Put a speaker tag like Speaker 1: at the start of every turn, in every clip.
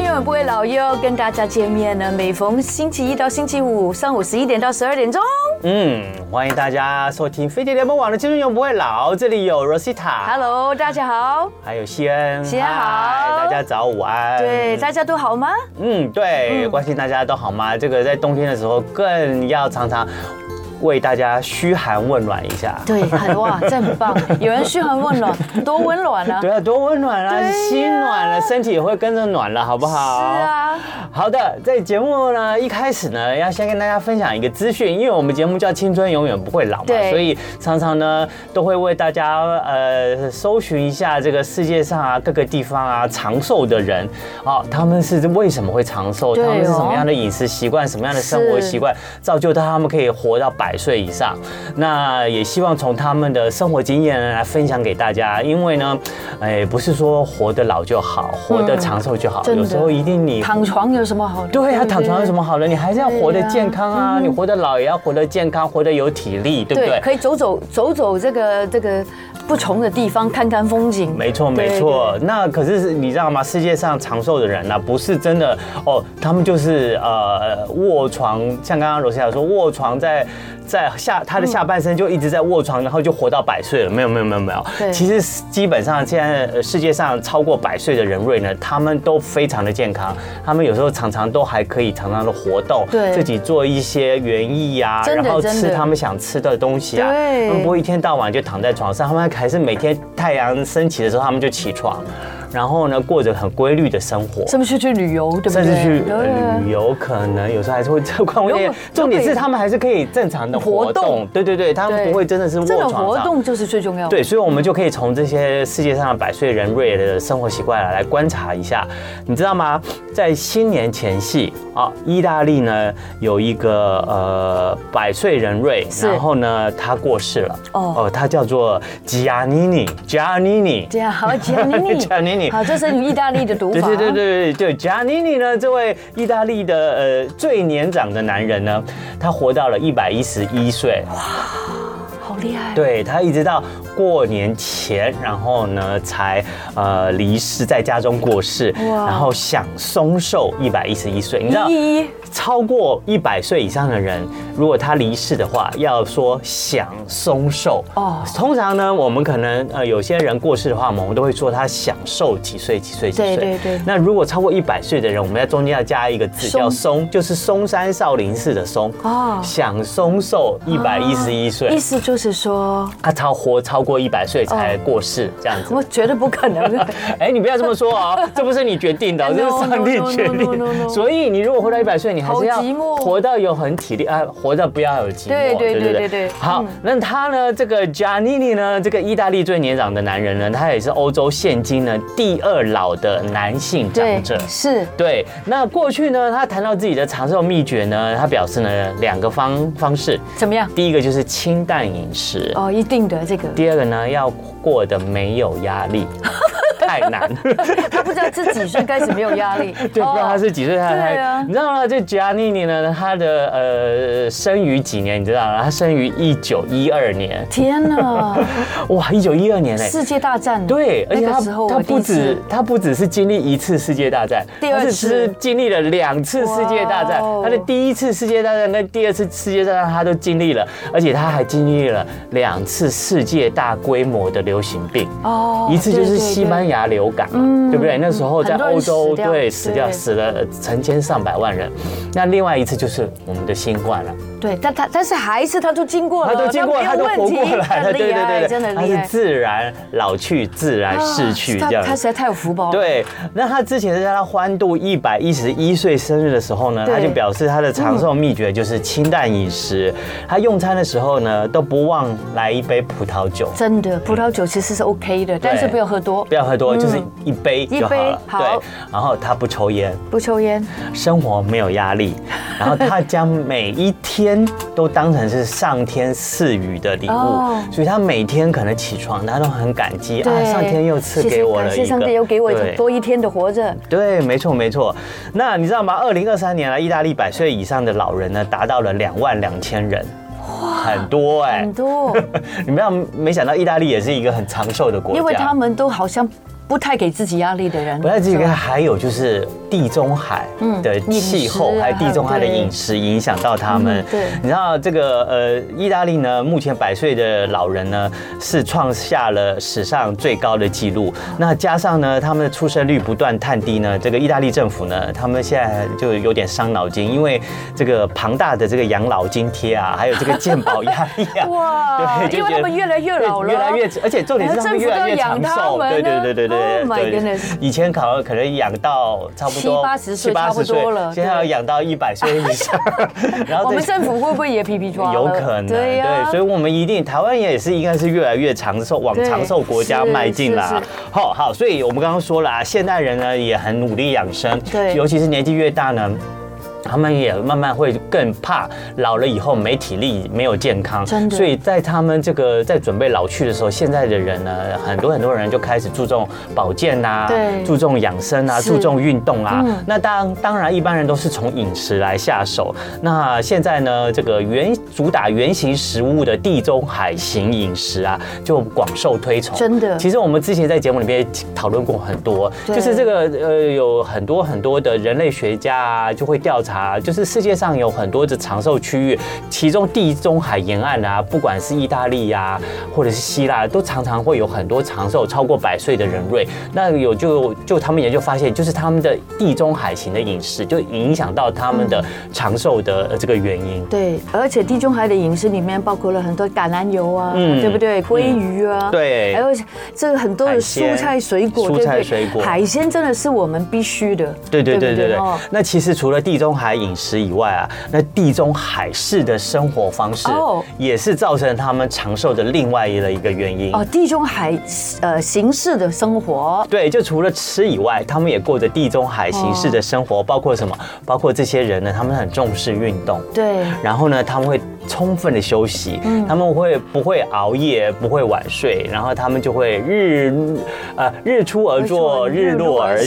Speaker 1: 永不会老哟，跟大家见面呢。每逢星期一到星期五上午十一点到十二点钟。
Speaker 2: 嗯，欢迎大家收听飞碟联盟网的《青春永不会老》，这里有 Rosita，
Speaker 1: Hello，大家好。
Speaker 2: 还有西恩，
Speaker 1: 西恩好
Speaker 2: 嗨大家早午安。
Speaker 1: 对，大家都好吗？
Speaker 2: 嗯，对，关心大家都好吗？这个在冬天的时候更要常常为大家嘘寒问暖一下。
Speaker 1: 对，很哇，这很棒。有人嘘寒问暖，多温暖啊！
Speaker 2: 对啊，多温暖啊，
Speaker 1: 对呀
Speaker 2: 心暖了，身体也会跟着暖了，好不好？
Speaker 1: 是。啊，
Speaker 2: 好的，在节目呢一开始呢，要先跟大家分享一个资讯，因为我们节目叫《青春永远不会老》嘛
Speaker 1: 对，嗯
Speaker 2: 所以常常呢都会为大家呃搜寻一下这个世界上啊各个地方啊长寿的人，哦，他们是为什么会长寿？
Speaker 1: 对哦
Speaker 2: 他们是什么样的饮食习惯，什么样的生活习惯，造就到他们可以活到百岁以上？那也希望从他们的生活经验呢来分享给大家，因为呢，哎，不是说活得老就好，活得长寿就好，
Speaker 1: 真的
Speaker 2: 有时候一定你
Speaker 1: 躺床有什么好的？
Speaker 2: 对呀、
Speaker 1: 不
Speaker 2: 躺床有什？么好的？你还是要活得健康啊！你活得老也要活得健康，活得有体力，对不
Speaker 1: 对，
Speaker 2: 对？
Speaker 1: 可以走走走走这个这个不同的地方，看看风景。
Speaker 2: 没错，
Speaker 1: 对
Speaker 2: 没错。那可是你知道吗？世界上长寿的人呢、不是真的哦，他们就是呃卧床，像刚刚罗西亚说，卧床在在下他的下半身就一直在卧床，然后就活到百岁了。没有，没有，没有，没
Speaker 1: 对
Speaker 2: 有。其实基本上现在呃世界上超过百岁的人瑞呢，他们都非常的健康，他们有时候常常都还可以常常的活动，
Speaker 1: 对
Speaker 2: 自己做一些园艺呀，
Speaker 1: 真的
Speaker 2: 然后
Speaker 1: 真
Speaker 2: 吃
Speaker 1: 的
Speaker 2: 他们想吃的东西啊，
Speaker 1: 对
Speaker 2: 他们不会一天到晚就躺在床上，他们还是每天太阳升起的时候，他们就起床，然后呢，过着很规律的生活。
Speaker 1: 甚至去旅游，对不对？
Speaker 2: 甚至去
Speaker 1: 对
Speaker 2: 呃旅游，可能有时候还是会在 逛
Speaker 1: 都可以
Speaker 2: 夜。重点是他们还是可以正常的活
Speaker 1: 活动
Speaker 2: 动，对对对，他们
Speaker 1: 对
Speaker 2: 不会真的是卧
Speaker 1: 这种
Speaker 2: 床上。
Speaker 1: 活动就是最重要的。
Speaker 2: 对，所以我们就可以从这些世界上的百岁人瑞的生活习惯啊来观察一下，你知道吗？在新年前夕啊，意大利呢有一个呃百岁人瑞，
Speaker 1: 是
Speaker 2: 然后呢他过世了，
Speaker 1: 哦
Speaker 2: 哦，他叫做吉亚尼尼，吉亚尼尼。
Speaker 1: 这样好，吉安 妮
Speaker 2: Giannini
Speaker 1: 好，这是意大利的读
Speaker 2: 对
Speaker 1: 法。
Speaker 2: 对对对对对，吉亚尼尼呢，这位意大利的呃最年长的男人呢，他活到了一百一十一岁，
Speaker 1: 好厉害。
Speaker 2: 对他一直到过年前，然后呢才呃离世，在家中过世，
Speaker 1: 哇
Speaker 2: 然后享松寿一百一十一岁。你知道，
Speaker 1: 一一
Speaker 2: 超过一百岁以上的人，如果他离世的话，要说享松寿
Speaker 1: 哦
Speaker 2: 哦。通常呢，我们可能呃有些人过世的话，我们都会说他享受几岁几岁几岁。
Speaker 1: 对对对
Speaker 2: 那如果超过一百岁的人，我们在中间要加一个字
Speaker 1: 松
Speaker 2: 叫松，就是嵩山少林寺的松
Speaker 1: 哦啊
Speaker 2: 哦，享松寿一百一十一岁
Speaker 1: 意。思就是说，
Speaker 2: 他啊超活超过一百岁才过世，这样子。
Speaker 1: 我觉得不可 能。
Speaker 2: 哎，你不要这么说 哦，这不是你决定的，
Speaker 1: No,
Speaker 2: 这是上帝决
Speaker 1: no, no, no, no, no, no.
Speaker 2: 定。所以你如果活到一百岁，你还是
Speaker 1: 好
Speaker 2: 要
Speaker 1: 寂寞
Speaker 2: 活到有很体力啊，活到不要有寂寞。
Speaker 1: 对对对对对
Speaker 2: 好
Speaker 1: 嗯，
Speaker 2: 那他呢？这个 Giannini 呢？这个意大利最年长的男人呢，他也是欧洲现今呢第二老的男性长者。
Speaker 1: 是
Speaker 2: 对，那过去呢，他谈到自己的长寿秘诀呢，他表示呢两个方方式，
Speaker 1: 怎么样？
Speaker 2: 第一个就是清淡饮食，
Speaker 1: 哦，一定的这个，
Speaker 2: 第二个呢，要过得没有压 力，太难。
Speaker 1: 他不知道自己是开始没有压力。
Speaker 2: 对，不知道他是几岁，他
Speaker 1: 对啊
Speaker 2: 他，你知道吗？这吉安妮妮呢，她的呃生于几年？你知道吗？她生于一九一二年，
Speaker 1: 天 哪，
Speaker 2: 哇，一九一二年哎，
Speaker 1: 世界大战。
Speaker 2: 对，而且
Speaker 1: 那
Speaker 2: 她
Speaker 1: 个时候
Speaker 2: 她
Speaker 1: 我第
Speaker 2: 不
Speaker 1: 一次
Speaker 2: 止她不只是经历一次世界大战，
Speaker 1: 第二
Speaker 2: 她是
Speaker 1: 次
Speaker 2: 是经历了两次世界大战
Speaker 1: 哇哦，
Speaker 2: 她的第一次世界大战跟第二次世界大战她都经历了，而且她还经历了两次世界大规模的流行病。
Speaker 1: 哦
Speaker 2: 一次就是西班
Speaker 1: 牙。
Speaker 2: 牙流感嘛，对不对？那时候在欧
Speaker 1: 嗯很
Speaker 2: 洲，
Speaker 1: 多人
Speaker 2: 对，
Speaker 1: 死
Speaker 2: 死
Speaker 1: 掉
Speaker 2: 掉死了成千上百万人。那另外一次就是我们的新冠了，啊
Speaker 1: 对，但他但是还是他都经过了，
Speaker 2: 他都经过，他
Speaker 1: 呃没
Speaker 2: 都
Speaker 1: 有
Speaker 2: 活
Speaker 1: 问
Speaker 2: 过
Speaker 1: 题
Speaker 2: 来 了，
Speaker 1: 很
Speaker 2: 对
Speaker 1: 厉
Speaker 2: 对
Speaker 1: 害，
Speaker 2: 对
Speaker 1: 真的很
Speaker 2: 对，他
Speaker 1: 厉
Speaker 2: 是
Speaker 1: 害。
Speaker 2: 自然老去，自然逝去
Speaker 1: 啊
Speaker 2: 这样
Speaker 1: 他他实
Speaker 2: 子。
Speaker 1: 在太有福报。，
Speaker 2: 对，那他之前在他欢度一百一十一岁生日的时候呢，
Speaker 1: 对
Speaker 2: 他就表示他的长寿秘诀就是清淡饮食，他用餐的时候呢都不忘来一杯葡萄酒。
Speaker 1: 真的葡萄酒其实是 OK 的，但是不要喝多
Speaker 2: 不，要喝多，就是一杯就
Speaker 1: 嗯
Speaker 2: 好了。
Speaker 1: 一杯好
Speaker 2: 对，然后他不抽烟，
Speaker 1: 不抽烟。
Speaker 2: 生活没有 压力，然后他将每一天都当成是上天赐予的礼
Speaker 1: 哦
Speaker 2: 物，所以他每天可能起床，他都很感激啊，上天又赐给我了
Speaker 1: 谢
Speaker 2: 一
Speaker 1: 谢感谢
Speaker 2: 个，
Speaker 1: 上帝又给我
Speaker 2: 对
Speaker 1: 多一天的活着。
Speaker 2: 对，没错没错。那你知道吗？二零二三年来，啊意大利百岁以上的老人呢，达到了两万两千人。很多
Speaker 1: 嗯
Speaker 2: 哎、
Speaker 1: 很多，
Speaker 2: 你们要没想到意大利也是一个很长寿的国家，
Speaker 1: 因为他们都好像不太给自己压力的人。
Speaker 2: 不太这个还有就是地中海的气
Speaker 1: 嗯
Speaker 2: 候，
Speaker 1: 饮食啊
Speaker 2: 还有地中海的
Speaker 1: 对
Speaker 2: 饮食影响到他们
Speaker 1: 嗯。对
Speaker 2: 你知道这个呃，意大利呢，目前百岁的老人呢是创下了史上最高的纪录。那加上呢，他们的出生率不断探低呢，这个意大利政府呢，他们现在就有点伤脑筋，因为这个庞大的这个养老津贴啊，还有这个健保压力啊，
Speaker 1: 哇，
Speaker 2: 对
Speaker 1: 因
Speaker 2: 就
Speaker 1: 为他
Speaker 2: 觉得
Speaker 1: 们越来越
Speaker 2: 对
Speaker 1: 老了，哎
Speaker 2: 越来越，而且重点是他们越来越长
Speaker 1: 政府都养他。
Speaker 2: 寿
Speaker 1: 们
Speaker 2: 对对
Speaker 1: 呢
Speaker 2: 对对对
Speaker 1: Oh my
Speaker 2: 对
Speaker 1: goodness
Speaker 2: 对。以前可能可能养到差不多
Speaker 1: 七八十岁
Speaker 2: 七八
Speaker 1: 差不多
Speaker 2: 岁
Speaker 1: 了
Speaker 2: 现在要
Speaker 1: 对
Speaker 2: 养到一百岁 以上。然后
Speaker 1: 我们
Speaker 2: 再
Speaker 1: 政府会不会也皮皮抓了？
Speaker 2: 有可能
Speaker 1: 对呀，
Speaker 2: 所以我们一定台湾也是应该是越来越长寿，往
Speaker 1: 对
Speaker 2: 长寿国家
Speaker 1: 是
Speaker 2: 迈进
Speaker 1: 是
Speaker 2: 啦
Speaker 1: 是。
Speaker 2: 好好，所以我们刚刚说了啊，现代人呢也很努力养生，
Speaker 1: 对
Speaker 2: 尤其是年纪越大呢。他们也慢慢会更怕老了以后没体力、没有健康，
Speaker 1: 真的
Speaker 2: 所以在他们这个在准备老去的时候，现在的人呢，很多很多人就开始注重保健呐、
Speaker 1: 对
Speaker 2: 注重养生啊，
Speaker 1: 是
Speaker 2: 注重运动啊。
Speaker 1: 嗯
Speaker 2: 那当当然，一般人都是从饮食来下手。那现在呢，这个原主打原型食物的地中海型饮食啊，就广受推崇。
Speaker 1: 真的
Speaker 2: 其实我们之前在节目里面讨论过很多，
Speaker 1: 对
Speaker 2: 就是这个呃，有很多很多的人类学家啊，就会调查，就是世界上有很多的长寿区域，其中地中海沿岸啊，不管是意大利呀、或者是希腊，都常常会有很多长寿超过百岁的人瑞。那有就就他们研究发现，就是他们的地中海型的饮食，就影响到他们的长寿的呃这个原因。
Speaker 1: 对，而且地中海的饮食里面包括了很多橄榄油啊，
Speaker 2: 嗯
Speaker 1: 对不对？鲑鱼啊，
Speaker 2: 对
Speaker 1: 还有这个很多的
Speaker 2: 海鲜
Speaker 1: 蔬菜水果，
Speaker 2: 蔬
Speaker 1: 对不
Speaker 2: 菜
Speaker 1: 对？
Speaker 2: 水果
Speaker 1: 海鲜真的是我们必须的，
Speaker 2: 对对对
Speaker 1: 不
Speaker 2: 对对
Speaker 1: 哦。
Speaker 2: 那其实除了地中海饮食以外啊，那地中海式的生活方式
Speaker 1: 哦
Speaker 2: 也是造成他们长寿的另外的一个原因。
Speaker 1: 哦，地中海呃形式的生活，
Speaker 2: 对，就除了吃以外，他们也过着地中海形式
Speaker 1: 哦
Speaker 2: 的生活，包括什么？包括这些人呢，他们很重视运动。
Speaker 1: 对，
Speaker 2: 然后呢，他们会充分的休息，
Speaker 1: 嗯
Speaker 2: 他们会不会熬夜，不会晚睡，然后他们就会日呃日出而作，
Speaker 1: 日
Speaker 2: 日
Speaker 1: 出
Speaker 2: 落而
Speaker 1: 日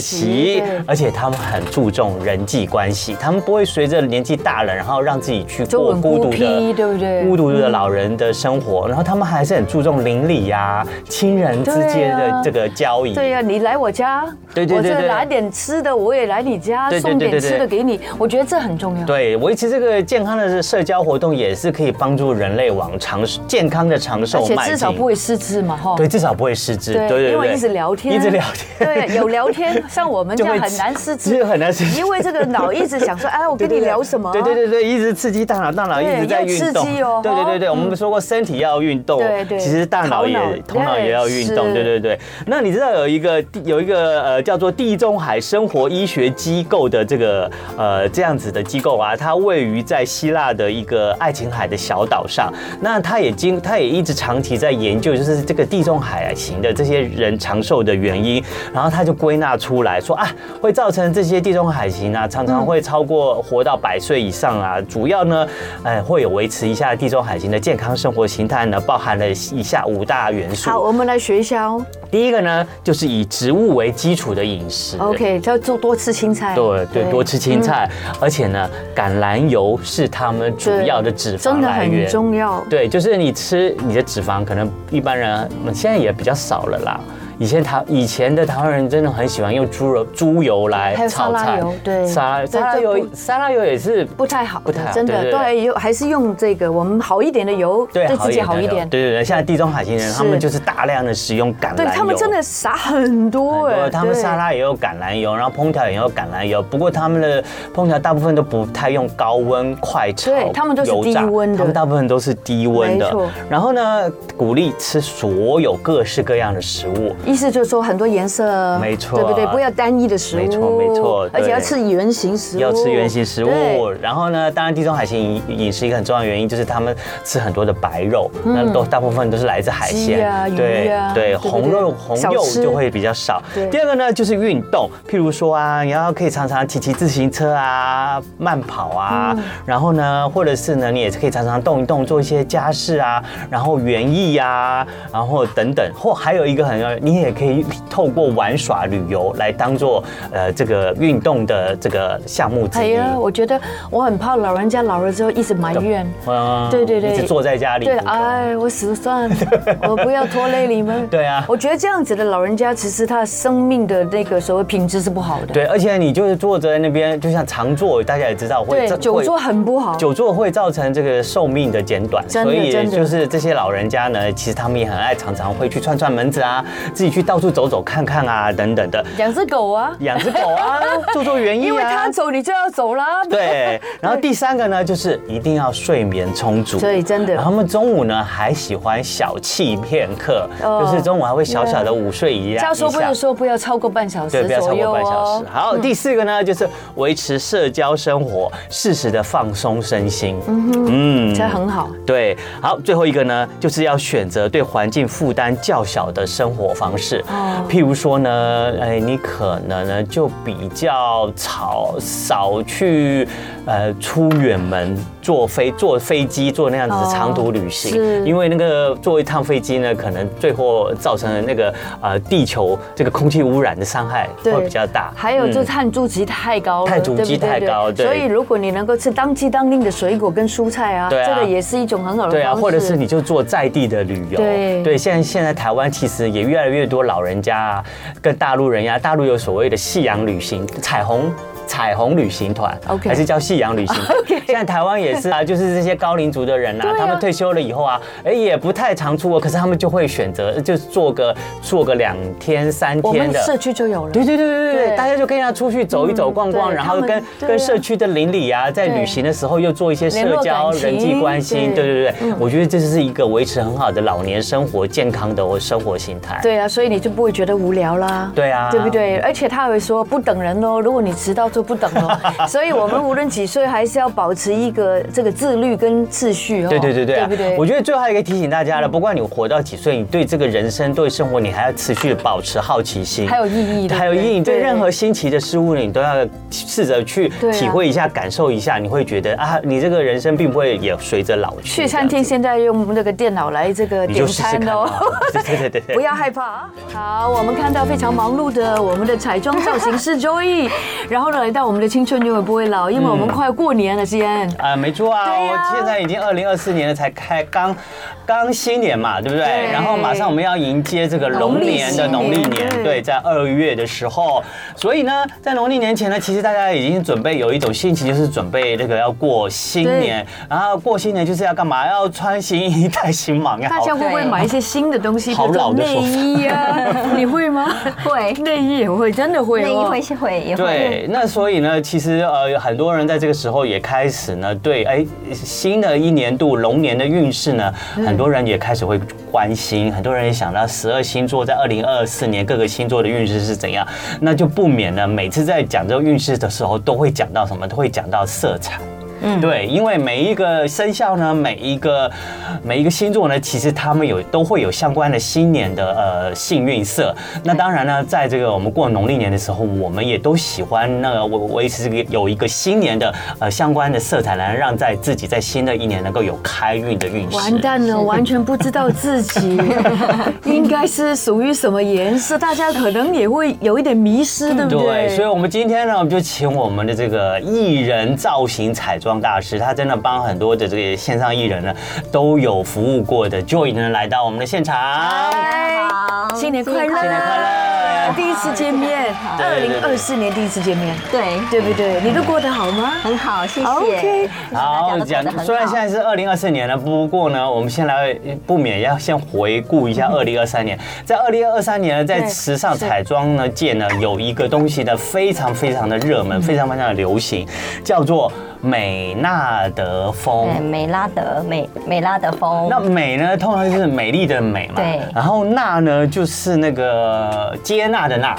Speaker 1: 落而息
Speaker 2: 息
Speaker 1: 对，
Speaker 2: 而且他们很注重人际关系，他们不会随着年纪大了，然后让自己去
Speaker 1: 就
Speaker 2: 过
Speaker 1: 很
Speaker 2: 孤
Speaker 1: 孤
Speaker 2: 独
Speaker 1: 僻
Speaker 2: 的
Speaker 1: 对不对嗯
Speaker 2: 孤独的老人的生活，然后他们还是很注重邻里呀、亲人之间
Speaker 1: 对啊
Speaker 2: 的这个交谊。
Speaker 1: 对呀、你来我家，
Speaker 2: 对对对
Speaker 1: 我
Speaker 2: 对
Speaker 1: 这拿点吃的，我也来你家
Speaker 2: 对对
Speaker 1: 送点
Speaker 2: 对对对
Speaker 1: 吃的给你，我觉得这很重要。
Speaker 2: 对，维持这个健康的社交活动也是可以帮助人类往长健康的长
Speaker 1: 而
Speaker 2: 寿
Speaker 1: 且
Speaker 2: 迈进。
Speaker 1: 至少不会失智嘛，哈。
Speaker 2: 对，至少不会失智。
Speaker 1: 哦对因为一直聊天，
Speaker 2: 一直聊天，
Speaker 1: 对，有聊 天，像我们这
Speaker 2: 就
Speaker 1: 样
Speaker 2: 会
Speaker 1: 很难失
Speaker 2: 就
Speaker 1: 智，
Speaker 2: 很难失智
Speaker 1: 因为这个脑一直想说， 哎，我跟你聊什么？
Speaker 2: 对对对对，一直刺激大脑，大脑一
Speaker 1: 对
Speaker 2: 直在
Speaker 1: 要刺
Speaker 2: 运动
Speaker 1: 激哦。
Speaker 2: 对对对对，
Speaker 1: 嗯
Speaker 2: 我们说过身体要运动，
Speaker 1: 对对
Speaker 2: 其实大脑也
Speaker 1: 头脑
Speaker 2: 头脑也要运动，
Speaker 1: 对
Speaker 2: 对对对。那你知道有一个地有一个呃叫做地中海生活医学机构的这个呃这样子的机构啊，它位于在希腊的一个爱琴海的小岛上。那它也经它也一直长期在研究，就是这个地中海型的这些人长寿的原因，然后它就归纳出来说啊，会造成这些地中海型啊常常会超过活到百岁以上啊，主要呢，哎会有维持一下地中海型的健康生活形态呢，包含了以下五大元素。
Speaker 1: 好，我们来学一下哦。
Speaker 2: 第一个呢，就是以植物为基础的饮食。
Speaker 1: OK，就要嗯做多吃青菜。
Speaker 2: 对对，多吃青菜，而且呢，橄榄油是他们主
Speaker 1: 对
Speaker 2: 要的脂肪
Speaker 1: 真的
Speaker 2: 来
Speaker 1: 很
Speaker 2: 源。
Speaker 1: 重要。
Speaker 2: 对，就是你吃你的脂肪，可能一般人现在也比较少了啦。以前台以前的台湾人真的很喜欢用猪肉猪油来
Speaker 1: 还有沙
Speaker 2: 炒
Speaker 1: 拉
Speaker 2: 菜
Speaker 1: 油，对
Speaker 2: 沙
Speaker 1: 对
Speaker 2: 沙拉
Speaker 1: 这
Speaker 2: 油
Speaker 1: 不
Speaker 2: 沙拉油也是
Speaker 1: 不太好的，
Speaker 2: 不太好
Speaker 1: 真的
Speaker 2: 对对对
Speaker 1: 都还用还是用这个我们好一点的油，
Speaker 2: 对
Speaker 1: 自己好一
Speaker 2: 的
Speaker 1: 点。
Speaker 2: 对对对，现在地中海型人
Speaker 1: 是
Speaker 2: 他们就是大量的使用橄榄油，
Speaker 1: 对他们真的撒很多
Speaker 2: 很
Speaker 1: 哎，
Speaker 2: 多他们
Speaker 1: 对
Speaker 2: 沙拉也有橄榄油，然后烹调也有橄榄油。不过他们的烹调大部分都不太用高温快炒油炸，
Speaker 1: 对他们都是低温的
Speaker 2: 他们大部分都是低温
Speaker 1: 没
Speaker 2: 的
Speaker 1: 错。
Speaker 2: 然后呢，鼓励吃所有各式各样的食物。
Speaker 1: 意思就是说很多颜色，
Speaker 2: 没错啊
Speaker 1: 对不对？不要单一的食物，
Speaker 2: 没错没错
Speaker 1: 而且
Speaker 2: 对
Speaker 1: 要吃圆形食物，
Speaker 2: 要吃原形食物
Speaker 1: 对，，
Speaker 2: 然后呢，当然地中海型饮饮食一个很重要的原因就是他们吃很多的白肉，那都大部分都是来自海
Speaker 1: 嗯鸡
Speaker 2: 鲜
Speaker 1: 啊，鱼
Speaker 2: 对
Speaker 1: 啊对
Speaker 2: 对，
Speaker 1: 不对
Speaker 2: 红肉红
Speaker 1: 少
Speaker 2: 肉
Speaker 1: 吃
Speaker 2: 就会比较少
Speaker 1: 对。
Speaker 2: 第二个呢就是运动，譬如说啊，你要可以常常骑骑自行车啊，慢跑
Speaker 1: 嗯
Speaker 2: 啊，然后呢，或者是呢，你也是可以常常动一动，做一些家事啊，然后园艺啊，然后等等，或还有一个很重要，你你也可以透过玩耍、旅游来当做呃这个运动的这个项目之
Speaker 1: 哎
Speaker 2: 一。
Speaker 1: 呀，我觉得我很怕老人家老了之后一直埋怨。
Speaker 2: 嗯
Speaker 1: 对对对
Speaker 2: 一直坐在家里。
Speaker 1: 对，哎，我死算 了，我不要拖累你们。
Speaker 2: 对啊
Speaker 1: 我觉得这样子的老人家，其实他生命的那个所谓品质是不好的。
Speaker 2: 对，而且你就是坐着在那边，就像常坐，大家也知道会
Speaker 1: 对，
Speaker 2: 会
Speaker 1: 久坐很不好。
Speaker 2: 久坐会造成这个寿命的减短，
Speaker 1: 真的
Speaker 2: 所以
Speaker 1: 真的
Speaker 2: 就是这些老人家呢，其实他们也很爱常常会去串串门子啊，自己去到处走走看看啊，等等的，
Speaker 1: 养只狗啊，
Speaker 2: 养只狗啊，做做园艺
Speaker 1: 因为
Speaker 2: 啊
Speaker 1: 他。走，你就要走啦。
Speaker 2: 对，然后第三个呢，就是一定要睡眠充足。
Speaker 1: 对真的
Speaker 2: 然后他们中午呢还喜欢小憩片刻，
Speaker 1: 哦
Speaker 2: 就是中午还会小小的午睡一样。
Speaker 1: 教授不
Speaker 2: 一下
Speaker 1: 是说不要超过半小
Speaker 2: 对，
Speaker 1: 时
Speaker 2: 不要超
Speaker 1: 左右
Speaker 2: 过半小
Speaker 1: 哦
Speaker 2: 时。。好，第四个呢，就是维持社交生活，适时的放松身心。嗯嗯
Speaker 1: 这很好。
Speaker 2: 对，好，最后一个呢，就是要选择对环境负担较小的生活方式。
Speaker 1: 哦
Speaker 2: 譬如说呢，哎，你可能呢就比较少少去呃出远门，坐飞坐飞机坐那样子的
Speaker 1: 哦
Speaker 2: 长途旅行，
Speaker 1: 是
Speaker 2: 因为那个坐一趟飞机呢，可能最后造成的那个呃地球这个空气污染的伤害
Speaker 1: 对
Speaker 2: 会比较大。
Speaker 1: 还有
Speaker 2: 嗯
Speaker 1: 就是碳足迹太高了，
Speaker 2: 碳足
Speaker 1: 对
Speaker 2: 迹
Speaker 1: 不对
Speaker 2: 太高对
Speaker 1: 所以如果你能够吃当季当令的水果跟蔬菜啊，
Speaker 2: 对啊
Speaker 1: 这个也是一种很好的方式。
Speaker 2: 对啊，或者是你就做在地的旅游。
Speaker 1: 对
Speaker 2: 现在现在台湾其实也越来越多老人家啊跟大陆人呀，大陆有所谓的夕阳旅行、彩虹。彩虹旅行团
Speaker 1: OK
Speaker 2: 还是叫夕阳旅 行。现在台湾也是啊，就是这些高龄族的人啊，
Speaker 1: 对啊
Speaker 2: 他们退休了以后啊，哎也不太常出国，可是他们就会选择就是做个做个两天三
Speaker 1: 我
Speaker 2: 天
Speaker 1: 们
Speaker 2: 的。
Speaker 1: 社区就有了。
Speaker 2: 对对对对对
Speaker 1: 对
Speaker 2: 对，大家就跟人家出去走一走、
Speaker 1: 嗯
Speaker 2: 逛逛，
Speaker 1: 对
Speaker 2: 然后
Speaker 1: 他们
Speaker 2: 跟
Speaker 1: 对啊
Speaker 2: 跟社区的邻里啊，在
Speaker 1: 对
Speaker 2: 旅行的时候又做一些
Speaker 1: 联
Speaker 2: 社
Speaker 1: 络
Speaker 2: 交、
Speaker 1: 感情
Speaker 2: 人际关系，
Speaker 1: 对嗯
Speaker 2: 对对对，我觉得这是一个维持很好的老年生活、健康的生活形态。
Speaker 1: 对啊，所以你就不会觉得无聊啦。
Speaker 2: 对啊
Speaker 1: 对不对？而且他还会说不等人哦，如果你迟到就不等 哦。所以我们无论几岁，还是要保持一个这个自律跟秩序哦。
Speaker 2: 对对对对
Speaker 1: 对
Speaker 2: 啊
Speaker 1: 不对？嗯
Speaker 2: 我觉得最后还有一个提醒大家了，不管你活到几岁，你对这个人生、对生活，你还要持续地保持好奇心，
Speaker 1: 还有意义的，
Speaker 2: 还有意义。对任何
Speaker 1: 对
Speaker 2: 新奇的事物呢，你都要试着去
Speaker 1: 对啊
Speaker 2: 体会一下、感受一下，你会觉得啊，你这个人生并不会也随着老去。
Speaker 1: 去餐厅，现在用那个电脑来这个
Speaker 2: 你就
Speaker 1: 点
Speaker 2: 试试
Speaker 1: 餐
Speaker 2: 看
Speaker 1: 哦
Speaker 2: 啊。。 对对对对对。
Speaker 1: 不要害怕啊！好，我们看到非常忙碌的我们的彩妆造型师 Joy，然后呢，来到我们的青春永远不会老，因为我
Speaker 2: 嗯
Speaker 1: 们快要过年了，先。
Speaker 2: 啊，没错啊，
Speaker 1: 对呀
Speaker 2: 我现在已经二零二四年了，才开刚刚新年嘛，对不对？
Speaker 1: 对
Speaker 2: 然后马上我们要迎接这个龙年的
Speaker 1: 农
Speaker 2: 农
Speaker 1: 历
Speaker 2: 历
Speaker 1: 新年
Speaker 2: 年，
Speaker 1: 对
Speaker 2: 对，在二月的时候，所以呢，在农历年前呢，其实大家已经准备有一种心情，就是准备这个要过新年，然后过新年就是要干嘛？要穿新衣、戴新蟒呀。
Speaker 1: 大家会不会买一些新的东西？
Speaker 2: 好
Speaker 1: 比如说
Speaker 2: 老的
Speaker 1: 内
Speaker 2: 说法
Speaker 1: 衣 啊，你会吗？
Speaker 3: 会
Speaker 1: 内衣也会，真的会哦。
Speaker 3: 内衣会是会也会。
Speaker 2: 对，那所以呢，其实呃，有很多人在这个时候也开始呢，对，哎，新的一年度龙年的运势呢，很多人也开始会关心，很多人也想到十二星座在二零二四年各个星座的运势是怎样，那就不免呢，每次在讲这个运势的时候，都会讲到什么，都会讲到色彩。
Speaker 1: 嗯
Speaker 2: 对，因为每一个生肖呢，每一个每一个星座呢，其实他们有都会有相关的新年的呃幸运色。那当然呢，在这个我们过农历年的时候，我们也都喜欢那个维维持这个有一个新年的呃相关的色彩，来让在自己在新的一年能够有开运的运势。
Speaker 1: 完蛋了，完全不知道自 己应该是属于什么颜色，大家可能也会有一点迷失，对不对？
Speaker 2: 嗯对，所以，我们今天呢，我们就请我们的这个艺人造型彩妆大师，他真的帮很多的这个线上艺人呢都有服务过的 Joy 呢，来到我们的现场。
Speaker 3: 好
Speaker 1: 新年快乐！
Speaker 3: 新年快
Speaker 2: 乐
Speaker 1: 哎第一次见面，二
Speaker 2: 对
Speaker 1: 零
Speaker 2: 对
Speaker 1: 二
Speaker 2: 对
Speaker 1: 四年第一次见面，
Speaker 3: 对，
Speaker 1: 对不对？你都过得好吗？
Speaker 3: 很好，谢谢。
Speaker 2: 哎
Speaker 1: OK
Speaker 2: 好，讲虽然现在是二零二四年了，不过呢，我们先来呃不免要先回顾一下
Speaker 3: 嗯
Speaker 2: 二零二三年。在二零二三年呢，在
Speaker 1: 对
Speaker 2: 时尚彩妆呢界呢，有一个东西呢非常非常的热
Speaker 3: 嗯
Speaker 2: 门，非常非常的流行，叫做美纳德风。
Speaker 3: 对美拉德美美拉德风，
Speaker 2: 那美呢，通常就是美丽的美嘛。
Speaker 3: 对
Speaker 2: 然后纳呢，就是那个接纳的纳。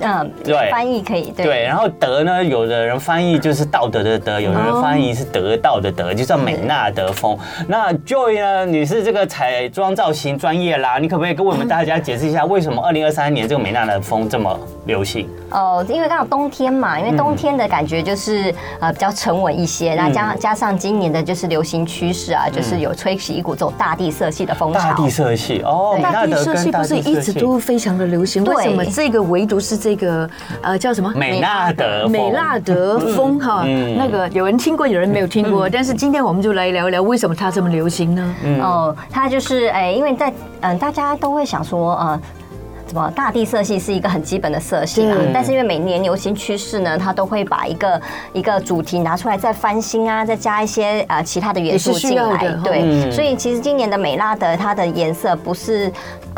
Speaker 3: 嗯，
Speaker 2: 对
Speaker 3: 翻译可以，对，
Speaker 2: 对，然后德呢，有的人翻译就是道德的德，有的人翻译是得到的德，就叫美纳德风。那 Joy 呢，你是这个彩妆造型专业啦，你可不可以跟我们大家解释一下，为什么二零二三年这个美纳德风这么流行？
Speaker 3: 哦，因为刚好冬天嘛，因为冬天的感觉就是、呃比较沉稳一些，那加加上今年的就是流行趋势啊，就是有吹起一股这种大地色系的风
Speaker 2: 大
Speaker 3: 潮
Speaker 2: 地。色系哦，美纳
Speaker 1: 大地
Speaker 2: 德
Speaker 1: 色系
Speaker 2: 跟大
Speaker 1: 不
Speaker 2: 地
Speaker 1: 是
Speaker 2: 色系
Speaker 1: 一直都非常的流行，
Speaker 3: 对
Speaker 1: 为什么这个唯独是这个呃叫什么
Speaker 2: 美纳德风
Speaker 1: 美纳德风哈？
Speaker 2: 嗯
Speaker 1: 那个有人听过，有人没有听过，但是今天我们就来聊一聊为什么它这么流行呢？
Speaker 2: 嗯
Speaker 3: 哦，它就是哎，因为在嗯、大家都会想说呃。怎么大地色系是一个很基本的色系嘛
Speaker 1: 对？
Speaker 3: 但是因为每年流行趋势呢，它都会把一个一个主题拿出来再翻新啊，再加一些呃其他的元素
Speaker 1: 也是需
Speaker 3: 进
Speaker 1: 要的
Speaker 3: 来
Speaker 1: 哦。
Speaker 3: 对，
Speaker 2: 嗯
Speaker 3: 所以其实今年的美拉德它的颜色不是，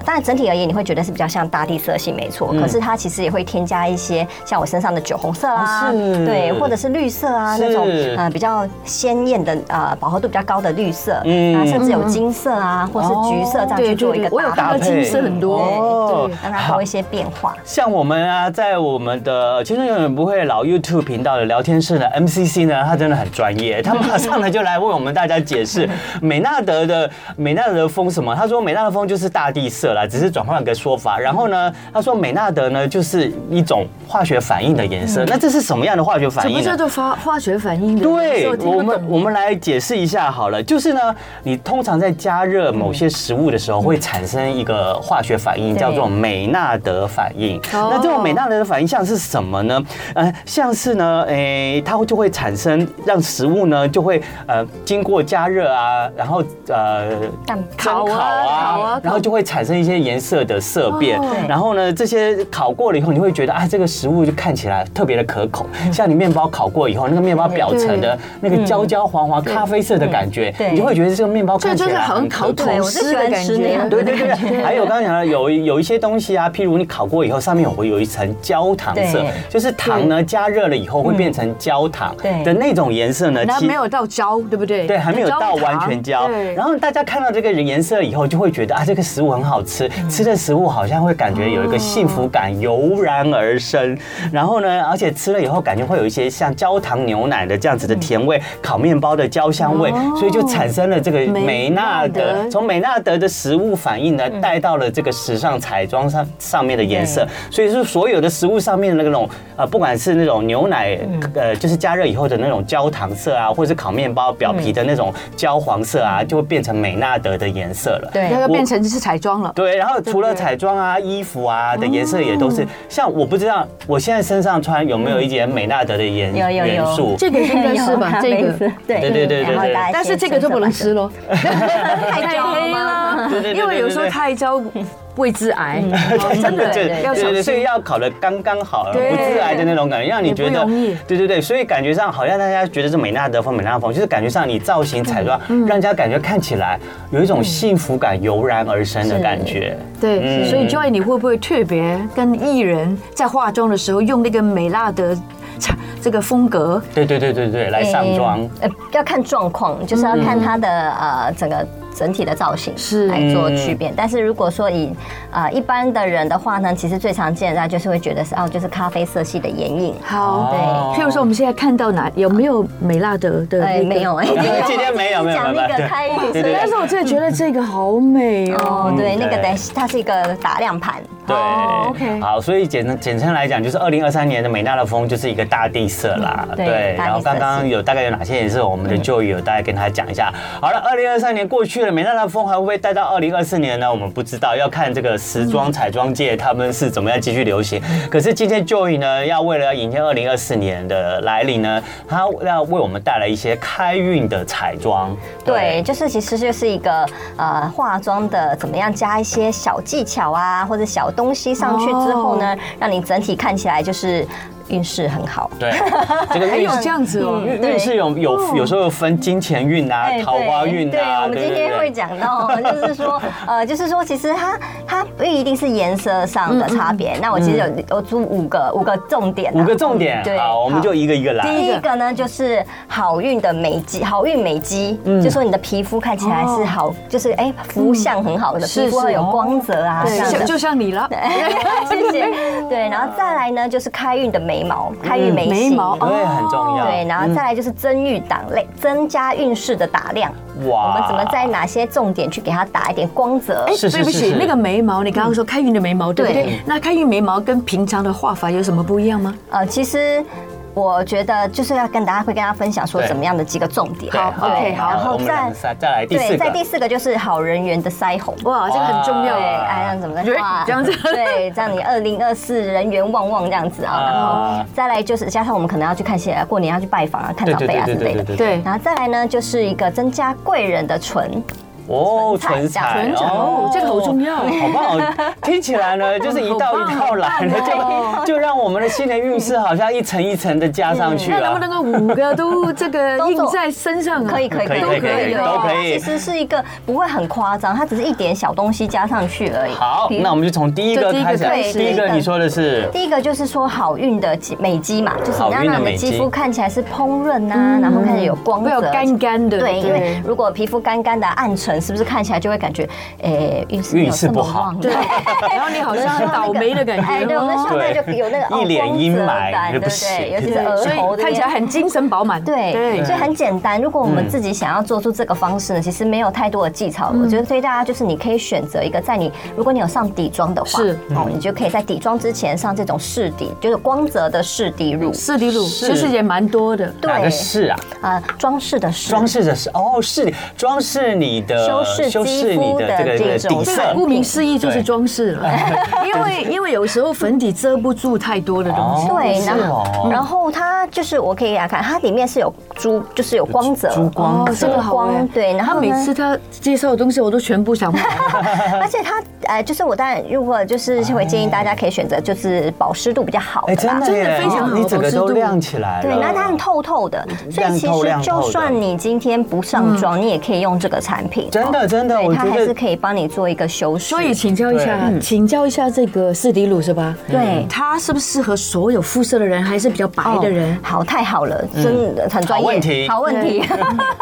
Speaker 3: 当然整体而言你会觉得是比较像大地色系没错，
Speaker 1: 嗯
Speaker 3: 可是它其实也会添加一些像我身上的酒红色啊，
Speaker 2: 哦是
Speaker 3: 对，或者是绿色啊
Speaker 2: 是
Speaker 3: 那种呃比较鲜艳的呃饱和度比较高的绿色，
Speaker 2: 嗯
Speaker 3: 啊甚至有金色啊
Speaker 1: 嗯
Speaker 3: 或是橘色这样去做一个
Speaker 1: 我有
Speaker 3: 搭
Speaker 1: 看
Speaker 3: 配
Speaker 1: 到，金色很多，
Speaker 2: 哦
Speaker 1: 对
Speaker 3: 让它多一些变化。
Speaker 2: 像我们啊，在我们的《青春永远不会老》YouTube 频道的聊天室呢，MCC 呢，他真的很专业，他马上呢就来为我们大家解释美纳德的美纳德的风什么。他说美纳德风就是大地色啦，只是转换个说法。然后呢，他说美纳德呢就是一种化学反应的颜色。那这是什么样的化学反
Speaker 1: 什
Speaker 2: 应
Speaker 1: 么
Speaker 2: 呢？
Speaker 1: 叫做化化学反应的？有
Speaker 2: 对
Speaker 1: 时候，听
Speaker 2: 我
Speaker 1: 不
Speaker 2: 们
Speaker 1: 懂。
Speaker 2: 我们来解释一下好了，就是呢，你通常在加热某些食物的时
Speaker 1: 嗯
Speaker 2: 候，会产生一个化学反应，
Speaker 3: 对
Speaker 2: 叫做美纳德反应。
Speaker 1: 哦
Speaker 2: 那这种美纳德的反应像是什么呢？呃，像是呢，诶，它会就会产生让食物呢就会呃经过加热啊，然后呃
Speaker 3: 但
Speaker 1: 烤啊
Speaker 2: 蒸
Speaker 1: 烤啊
Speaker 2: 然后就会产生一些颜色的色变
Speaker 1: 哦。
Speaker 2: 然后呢，这些烤过了以后，你会觉得啊，这个食物就看起来特别的可口。像你面包烤过以后，那个面包表层的那个焦焦黄黄咖啡色的感觉，
Speaker 3: 对
Speaker 2: 你就会觉得这个面包
Speaker 1: 这
Speaker 2: 看起
Speaker 1: 就是
Speaker 2: 来
Speaker 1: 好像
Speaker 2: 很
Speaker 1: 烤
Speaker 2: 可口。
Speaker 1: 吐
Speaker 3: 对我就
Speaker 1: 司
Speaker 3: 喜
Speaker 1: 的
Speaker 3: 欢
Speaker 1: 感
Speaker 3: 吃那
Speaker 1: 觉，
Speaker 3: 样
Speaker 2: 对对对对，还有刚才讲的有有一些东西啊，譬如你烤过以后，上面有有一层焦糖色
Speaker 3: 对，
Speaker 2: 就是糖呢加热了以后会变成焦糖
Speaker 3: 对
Speaker 2: 的那种颜色呢，
Speaker 1: 那
Speaker 2: 其
Speaker 1: 没有到焦，对不对？
Speaker 2: 对，还没有到完全焦。
Speaker 1: 对
Speaker 2: 然后大家看到这个颜色以后，就会觉得啊，这个食物很好吃，吃的食物好像会感觉有一个幸福感油然而生。然后呢，而且吃了以后，感觉会有一些像焦糖牛奶的这样子的甜味，烤面包的焦香味，所以就产生了这个
Speaker 1: 美
Speaker 2: 美
Speaker 1: 纳
Speaker 2: 纳
Speaker 1: 德
Speaker 2: 德。从美纳德的食物反应呢，
Speaker 3: 嗯
Speaker 2: 带到了这个时尚彩妆上上面的颜色。所以说，所有的食物上面的那种呃，不管是那种牛奶
Speaker 3: 嗯
Speaker 2: 呃，就是加热以后的那种焦糖色啊，或者是烤面包表皮
Speaker 3: 嗯
Speaker 2: 的那种焦黄色啊，就会变成美纳德的颜色了。
Speaker 3: 对
Speaker 1: 那个变成是彩妆了。
Speaker 2: 对，然后除
Speaker 1: 对
Speaker 2: 了
Speaker 1: 不对
Speaker 2: 彩妆啊、衣服啊的颜色也都
Speaker 3: 哦
Speaker 2: 是，像我不知道我现在身上穿有没有一点美纳德的颜
Speaker 3: 嗯有有有
Speaker 2: 元素。
Speaker 1: 这个应该是
Speaker 3: 哎
Speaker 1: 吧？这个。
Speaker 3: 啊对
Speaker 2: 对对对对对
Speaker 1: 但是这
Speaker 3: 哎
Speaker 1: 个就不能吃
Speaker 3: 了，
Speaker 1: 喽，
Speaker 3: 太
Speaker 1: 太
Speaker 3: 焦
Speaker 1: 黑
Speaker 3: 了。
Speaker 1: 了
Speaker 2: 对对对对，对
Speaker 1: 因为有时候太 焦胃致癌，哦 真的
Speaker 2: 对
Speaker 1: 要
Speaker 2: 对
Speaker 1: 小
Speaker 2: 对，所以
Speaker 1: 心。
Speaker 2: 要烤的刚刚好，
Speaker 1: 对
Speaker 2: 不致癌的那种感觉，让你觉
Speaker 1: 也
Speaker 2: 得
Speaker 1: 不容易
Speaker 2: 对对对，所以感觉上好像大家觉得是美纳德风，美纳德风就是感觉上你造型彩妆，
Speaker 1: 嗯
Speaker 2: 让人家感觉看起来有一种幸福感油然而生的感觉。
Speaker 1: 对，
Speaker 2: 嗯
Speaker 1: 所以 Joy，你会不会特别跟艺人在化妆的时候用那个美拉德茶这个风格？
Speaker 2: 对对对对对，来
Speaker 1: 哎
Speaker 2: 上妆。
Speaker 3: 呃，要看状况，就是要看它的呃整个整体的造型
Speaker 1: 是
Speaker 3: 来做区别。但是如果说以呃一般的人的话呢，其实最常见的大家就是会觉得是哦，就是咖啡色系的眼影。
Speaker 1: 好，
Speaker 2: 哦
Speaker 1: 譬如说我们现在看到哪有没有美拉德的？
Speaker 3: 哎，没有哎，
Speaker 1: 哦
Speaker 2: 今天没有没有
Speaker 3: 讲那
Speaker 2: 没有
Speaker 3: 个
Speaker 2: 对
Speaker 3: 开运
Speaker 2: 对对
Speaker 1: 但
Speaker 2: 对
Speaker 1: 是我真的觉得这个好美
Speaker 3: 哦
Speaker 1: 哦，，
Speaker 3: 对，
Speaker 2: 嗯
Speaker 3: 那个
Speaker 2: 对
Speaker 3: 等它是一个打亮盘。
Speaker 2: 对、
Speaker 1: 哦，OK
Speaker 2: 好，所以简称简称来讲，就是二零二三年的美纳的风就是一个大地色啦，
Speaker 3: 对大地
Speaker 2: 然后刚刚有大概有哪些颜色，我们的 Joy 有大概跟他讲一下。好了，二零二三年过去了，美纳的风还会不会带到二零二四年呢？我们不知道，要看这个时装彩妆界他们是怎么样继续流行。可是今天 Joy 呢，要为了要迎接二零二四年的来临呢，他要为我们带来一些开运的彩妆。
Speaker 3: 对，就是其实就是一个呃化妆的怎么样加一些小技巧啊，或者小东西上去之后呢，让你整体看起来就是。运势很好。
Speaker 2: 对，这个
Speaker 1: 还
Speaker 2: 运
Speaker 1: 有这样子哦。
Speaker 2: 运
Speaker 3: 对
Speaker 2: 运势嗯有有有时候有分金钱运啊
Speaker 3: 哎、
Speaker 2: 桃花运
Speaker 3: 对，
Speaker 2: 啊，
Speaker 3: 我们今天会讲到， 就是说，呃，就是说，其实它它不一定是颜色上的差别。那我其实有有出五个五个重点啊，
Speaker 2: 五个重点，
Speaker 3: 对
Speaker 2: 好，我们就一个一个来。
Speaker 3: 第一个呢，就是好运的美肌，好运美肌，就说你的皮肤看起来是好，就是哎，肤相很好的，
Speaker 1: 是
Speaker 3: 皮肤会有光泽啊，这
Speaker 1: 对，
Speaker 3: 样
Speaker 1: 像
Speaker 3: 的。
Speaker 1: 就像 你了，
Speaker 3: 谢谢。对，然后再来呢，就是开运的眉毛，开运眉
Speaker 1: 嗯眉
Speaker 3: 形
Speaker 1: 毛哦
Speaker 2: 对，很重要。
Speaker 3: 对，然后再来就是增运打类，增加运势的打量。
Speaker 1: 嗯
Speaker 2: 哇
Speaker 3: 我们怎么在哪些重点去给它打一点光泽？
Speaker 1: 哎，
Speaker 2: 是是
Speaker 1: 对不
Speaker 2: 是
Speaker 1: 起
Speaker 2: 是，
Speaker 1: 那个眉毛，你刚刚说开运的眉毛，对不对
Speaker 3: 对？
Speaker 1: 那开运眉毛跟平常的画法有什么不一样吗？
Speaker 3: 呃，其实我觉得就是要跟大家会跟大家分享说
Speaker 2: 对
Speaker 3: 怎么样的几个重点。
Speaker 2: 对
Speaker 1: 好，OK，好
Speaker 3: 然后
Speaker 2: 我们
Speaker 3: 再
Speaker 2: 两三再来第四
Speaker 3: 对，在第
Speaker 2: 个，
Speaker 3: 四个就是好人缘的腮红。
Speaker 1: 哇，这个很重要
Speaker 3: 对，
Speaker 2: 哇
Speaker 3: 哎，让怎么
Speaker 1: 对
Speaker 3: 的哇
Speaker 1: 这样子
Speaker 3: 对，这样你二零二四人缘旺旺这样子啊，然
Speaker 2: 啊
Speaker 3: 后再来就是加上我们可能要去看些过年要去拜访啊，看长辈啊之类的，
Speaker 1: 对，
Speaker 3: 然后再来呢就是一个增加贵人的唇，
Speaker 2: 哦，唇
Speaker 3: 唇彩
Speaker 2: 彩，
Speaker 1: 唇彩哦这个好重要
Speaker 2: 好棒！听起来呢，就是一道一道来
Speaker 1: 好棒好
Speaker 2: 了，就就让我们的新年运势好像一层一层的加上去
Speaker 1: 那能不
Speaker 2: 了。
Speaker 1: 能够五个都这个
Speaker 3: 都
Speaker 1: 印
Speaker 3: 做
Speaker 1: 在身上啊？
Speaker 3: 可以可以
Speaker 2: 嗯可以
Speaker 3: 以
Speaker 2: 可以可以
Speaker 3: 对
Speaker 2: 都可以
Speaker 3: 它其实是一个不会很夸张，它只是一点小东西加上去而已。
Speaker 2: 好，
Speaker 3: 比如
Speaker 2: 那我们就从第一
Speaker 1: 就
Speaker 2: 个
Speaker 1: 第一个
Speaker 2: 开始
Speaker 1: 开。
Speaker 3: 始
Speaker 2: 第一个你说的是
Speaker 3: 第一个就是说好运的肌美肌嘛，就是
Speaker 2: 好
Speaker 3: 你
Speaker 2: 运的
Speaker 3: 要让你
Speaker 2: 美
Speaker 3: 的
Speaker 2: 肌
Speaker 3: 肌肤看起来是蓬润呐，然后看起来有光
Speaker 1: 不
Speaker 3: 泽
Speaker 1: 要，嗯干干的，
Speaker 3: 对，因为如果皮肤干干的、暗沉，是不是看起来就会感觉，诶，运势没
Speaker 2: 运
Speaker 3: 有
Speaker 2: 势
Speaker 3: 这
Speaker 2: 不
Speaker 3: 么
Speaker 2: 好
Speaker 3: 旺？
Speaker 1: 对，然后你好像很倒霉的感觉，
Speaker 3: 哎，对，我们的
Speaker 1: 哦
Speaker 3: 上面就有那个
Speaker 2: 对
Speaker 3: 哦
Speaker 2: 一脸阴霾
Speaker 3: 光泽感
Speaker 2: 就
Speaker 3: 对
Speaker 2: 不
Speaker 3: 不
Speaker 2: 行
Speaker 3: 对？尤其是额
Speaker 1: 所
Speaker 3: 头
Speaker 1: 以
Speaker 3: 这边
Speaker 1: 看起来很精神饱满，
Speaker 3: 对，所以很简单。如果我们自己想要做出这个方式呢，其实没有太多的技
Speaker 1: 嗯
Speaker 3: 巧。我觉得推大家就是你可以选择一个，在你如果你有上底妆的话，
Speaker 1: 是
Speaker 3: 哦，你就可以在底妆之前上这种试底，就是光泽的试底乳，
Speaker 1: 四滴乳
Speaker 2: 是
Speaker 1: 其实也蛮多的，
Speaker 3: 对
Speaker 2: 哪个是啊？
Speaker 3: 啊，装饰的饰，
Speaker 2: 装饰的是哦，是你装饰你的
Speaker 3: 修饰肌
Speaker 2: 你
Speaker 3: 肤
Speaker 2: 的
Speaker 3: 的
Speaker 2: 这个这个
Speaker 3: 这种
Speaker 2: 底
Speaker 1: 这
Speaker 2: 色
Speaker 1: 个
Speaker 3: 色。
Speaker 1: 顾名思义就是
Speaker 2: 对
Speaker 1: 装饰了，因为因为有时候粉底遮不住太多的东西，
Speaker 3: 对，
Speaker 2: 是
Speaker 3: 然后
Speaker 2: 哦
Speaker 3: 然后它就是我可以给大家看，它里面是有珠，就是有光泽，
Speaker 2: 珠光
Speaker 1: 哦，这个好哎
Speaker 3: 光对然后
Speaker 1: 他每
Speaker 3: 呢
Speaker 1: 次他介绍的东西我都全部想买，
Speaker 3: 而且它呃，就是我当然如果就是会建议大家可以选择就是保湿度比较好
Speaker 2: 哎，
Speaker 3: 的
Speaker 2: 真
Speaker 3: 啦。
Speaker 2: 的
Speaker 1: 真的
Speaker 2: 耶
Speaker 1: 非常好
Speaker 2: 你整个
Speaker 1: 保湿
Speaker 2: 都
Speaker 1: 度
Speaker 2: 亮起来了。
Speaker 3: 对，那它很透透的，所以
Speaker 2: 亮
Speaker 3: 其
Speaker 2: 透亮
Speaker 3: 实
Speaker 2: 透
Speaker 3: 就
Speaker 2: 的
Speaker 3: 算你今天不上
Speaker 1: 嗯
Speaker 3: 妆，你也可以用这个产品哦。
Speaker 2: 真的真的
Speaker 3: 对
Speaker 2: 我
Speaker 3: 它
Speaker 2: 觉
Speaker 3: 还
Speaker 2: 得
Speaker 3: 是可以帮你做一个修饰。
Speaker 1: 所以请教一下，
Speaker 2: 对
Speaker 1: 请教一下这个四滴乳是吧？
Speaker 3: 嗯对
Speaker 1: 它是不是适合所有肤色的人，还是比较白的人？
Speaker 3: 哦
Speaker 1: 嗯
Speaker 3: 好，太好了，真的很专业。
Speaker 2: 好问题
Speaker 3: 好问题。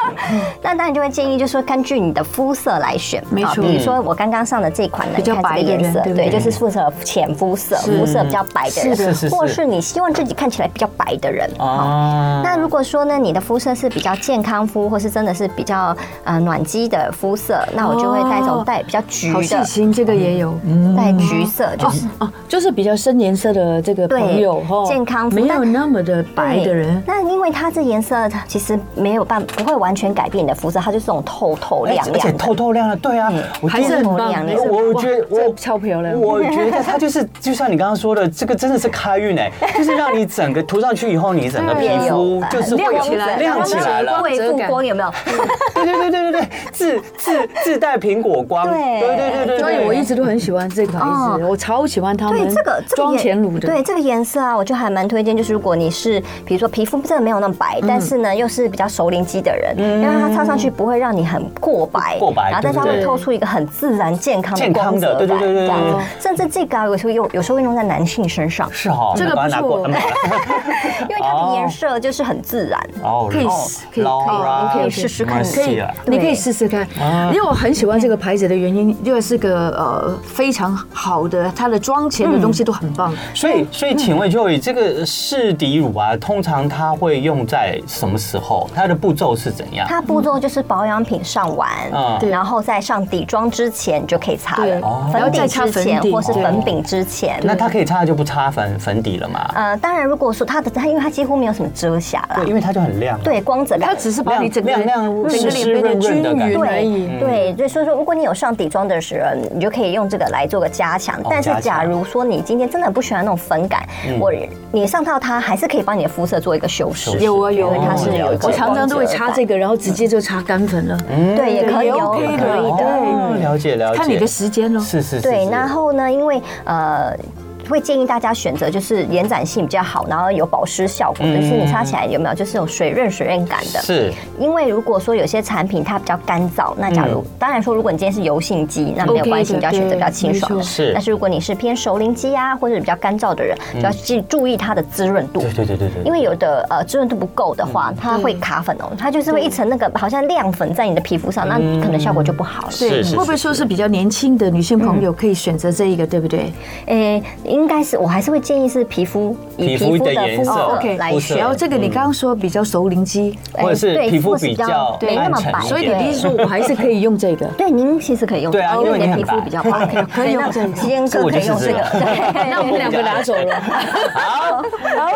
Speaker 3: 那当然就会建议，就是说根据你的肤色来选。
Speaker 1: 没
Speaker 3: 啊
Speaker 1: 错
Speaker 3: 比如说我刚刚上的这款呢，
Speaker 1: 比较
Speaker 3: 你看这个
Speaker 1: 白的人
Speaker 3: 颜色，
Speaker 1: 对不对
Speaker 3: 对，就是肤色浅肤色，
Speaker 1: 是
Speaker 3: 肤色比较白的人，
Speaker 1: 是的哦
Speaker 2: 是是是
Speaker 3: 或是你希望自己看起来比较白的人。啊。
Speaker 2: 啊
Speaker 3: 那如果说呢，你的肤色是比较健康肤，或是真的是比较呃暖肌的肤色，那我就会带一
Speaker 1: 哦
Speaker 3: 种带比较橘
Speaker 1: 好细
Speaker 3: 的，嗯
Speaker 1: 心，这个也有。
Speaker 3: 带橘色，就是
Speaker 1: 哦，就是比较深颜色的这个朋友
Speaker 3: 对
Speaker 1: 哈，
Speaker 3: 健康
Speaker 1: 没有那么的白的人
Speaker 3: 对，那因为它这颜色它其实没有办不会完全改变你的肤色，它就是这种透透
Speaker 2: 而
Speaker 3: 亮
Speaker 2: 哎且而且
Speaker 3: 亮的。
Speaker 2: 透透亮亮，对啊，我
Speaker 1: 还
Speaker 2: 第一
Speaker 1: 是
Speaker 2: 次
Speaker 1: 很
Speaker 3: 不一
Speaker 1: 棒
Speaker 3: 样
Speaker 1: 的。
Speaker 3: 那
Speaker 2: 我
Speaker 1: 哇
Speaker 2: 觉得我
Speaker 1: 这超漂亮。
Speaker 2: 我觉得它就是 就像你刚刚说的，这个真的是开运哎，就是让你整个涂上去以后，你整个皮
Speaker 3: 也有
Speaker 2: 肤就是会
Speaker 1: 亮起来
Speaker 2: 亮起来了。
Speaker 3: 贵妇光有没有？
Speaker 2: 对对对对对对，自自自带苹果光。
Speaker 3: 对
Speaker 2: 对对对对
Speaker 1: 所以
Speaker 2: 对，
Speaker 1: 我一直都很喜欢这款一直，我超喜欢他
Speaker 2: 嗯
Speaker 3: 对
Speaker 1: 们
Speaker 3: 这个这个
Speaker 1: 妆
Speaker 3: 颜
Speaker 1: 前乳的。
Speaker 3: 对这个颜色啊，我就还蛮推荐。就是如果你是比如说皮肤真的没有那么白，但是呢又是比较熟龄肌的人，因为它擦上去不会让你很过白，
Speaker 2: 嗯过白
Speaker 3: 然后但是它
Speaker 2: 对对
Speaker 3: 会
Speaker 2: 对
Speaker 3: 透出一个很自然健康
Speaker 2: 健
Speaker 3: 的
Speaker 2: 康
Speaker 3: 光
Speaker 2: 的
Speaker 3: 泽
Speaker 2: 对
Speaker 3: 感，
Speaker 2: 对对对对
Speaker 3: 这样子
Speaker 2: 对。
Speaker 3: 甚至这个啊，有时候用有时候会用在男性身上，
Speaker 2: 是哦哈，
Speaker 1: 这个
Speaker 2: 把它拿过
Speaker 1: 不错
Speaker 2: 拿过来
Speaker 3: 因为它的颜色就是很自然。
Speaker 2: 哦，
Speaker 1: 可以
Speaker 2: 哦啊
Speaker 1: 可以可以
Speaker 2: Laura
Speaker 1: 你可以
Speaker 3: 试试看
Speaker 2: Mercia
Speaker 1: 可以，你可以试试看，
Speaker 2: 啊
Speaker 1: 因为我很喜欢这个牌子的原因，就是个呃非常好的，它的妆前的东西都很棒。
Speaker 2: 所以，所以，请
Speaker 1: 嗯
Speaker 2: 问 Joy，这个试底乳啊，通常它会用在什么时候？它的步骤是怎样？
Speaker 3: 它步骤就是保养品上完
Speaker 2: 嗯，
Speaker 1: 对
Speaker 3: 然后在上底妆之前就可以擦
Speaker 1: 对
Speaker 3: 了
Speaker 1: 哦，然后
Speaker 3: 粉
Speaker 1: 再
Speaker 3: 底
Speaker 1: 擦
Speaker 3: 之
Speaker 1: 粉
Speaker 3: 前
Speaker 1: 底
Speaker 3: 或是
Speaker 1: 对
Speaker 3: 粉饼之前。
Speaker 2: 那它可以擦了就不擦粉粉底了嘛？
Speaker 3: 呃，当然如果说它的它，因为它几乎没有什么遮瑕啦
Speaker 2: 对，，因为它就很亮。，
Speaker 3: 对光泽
Speaker 1: 它
Speaker 3: 感。
Speaker 1: 只是把你整个
Speaker 2: 亮亮
Speaker 1: 整个
Speaker 2: 湿
Speaker 1: 脸
Speaker 2: 湿
Speaker 1: 变得
Speaker 2: 润润
Speaker 1: 均
Speaker 2: 的感觉嗯
Speaker 1: 匀而已。
Speaker 3: 对对，所以说说，如果你有上底妆的时候，你就可以用这个来做个加强。但是
Speaker 2: 哦加强，嗯
Speaker 3: 假如说你今天真的不喜欢那种粉感，我你上到它还是可以帮你的肤色做一个修饰
Speaker 2: 修。饰
Speaker 1: 有啊有啊，
Speaker 2: 因为它是有一个
Speaker 1: 我常常都会擦这个，然后直接就擦干粉了。
Speaker 3: 对，也可以
Speaker 1: 也
Speaker 3: 哦，
Speaker 1: OK 的
Speaker 3: 也可以的。
Speaker 1: 对
Speaker 2: 嗯哦了解了解。
Speaker 1: 看你的时间咯。
Speaker 2: 是是是。
Speaker 3: 对，
Speaker 2: 是
Speaker 3: 然后呢，因为呃。会建议大家选择就是延展性比较好，然后有保湿效果，就是你擦起来有没有就是有水润水润感的。
Speaker 2: 嗯是
Speaker 3: 因为如果说有些产品它比较干燥，那假
Speaker 2: 嗯
Speaker 3: 如、当然说如果你今天是油性肌，那没有
Speaker 1: OK
Speaker 3: 关系，
Speaker 1: 的
Speaker 3: 你就要选择比较清爽
Speaker 1: 对没错
Speaker 3: 的。
Speaker 2: 是嗯
Speaker 3: 但是如果你是偏熟龄肌啊，或者比较干燥的人，就要去注意它的滋润度。
Speaker 2: 对对嗯对对对，
Speaker 3: 因为有的呃滋润度不够的话，它会卡粉哦，它就是会一层那个好像亮粉在你的皮肤上，那
Speaker 2: 嗯
Speaker 3: 可能效果就不好了。
Speaker 2: 是是是嗯
Speaker 1: 会不会说是比较年轻的女性朋友可以选择这一个，对不对？
Speaker 3: 诶，应该是我还是会建议是皮肤
Speaker 2: 皮
Speaker 3: 以
Speaker 2: 肤的颜色
Speaker 1: 哦
Speaker 2: 呃
Speaker 1: ，OK，
Speaker 3: 来
Speaker 2: 肤色
Speaker 3: 选
Speaker 1: 然，后这个
Speaker 2: 嗯
Speaker 1: 你刚刚说比较熟龄肌，
Speaker 3: 哎
Speaker 2: 或者是
Speaker 3: 对
Speaker 2: 皮肤
Speaker 3: 或是
Speaker 2: 比较
Speaker 3: 没那么
Speaker 2: 暗沉
Speaker 3: 白，
Speaker 2: 一点
Speaker 1: 所以你的
Speaker 3: 对。
Speaker 1: 意思说我还是可以用这个
Speaker 3: 对，您其实可以用，
Speaker 2: 对啊因为
Speaker 3: 你的
Speaker 2: 你很
Speaker 3: 皮肤
Speaker 2: 白
Speaker 3: 比较白，
Speaker 1: 可以用
Speaker 3: 对
Speaker 1: 这个
Speaker 3: 那基恩
Speaker 2: 是
Speaker 3: 哥
Speaker 2: 我
Speaker 3: 可以
Speaker 2: 就是
Speaker 3: 用这个
Speaker 2: 这个，
Speaker 3: 对
Speaker 1: 那我们两个拿走了。
Speaker 2: 好。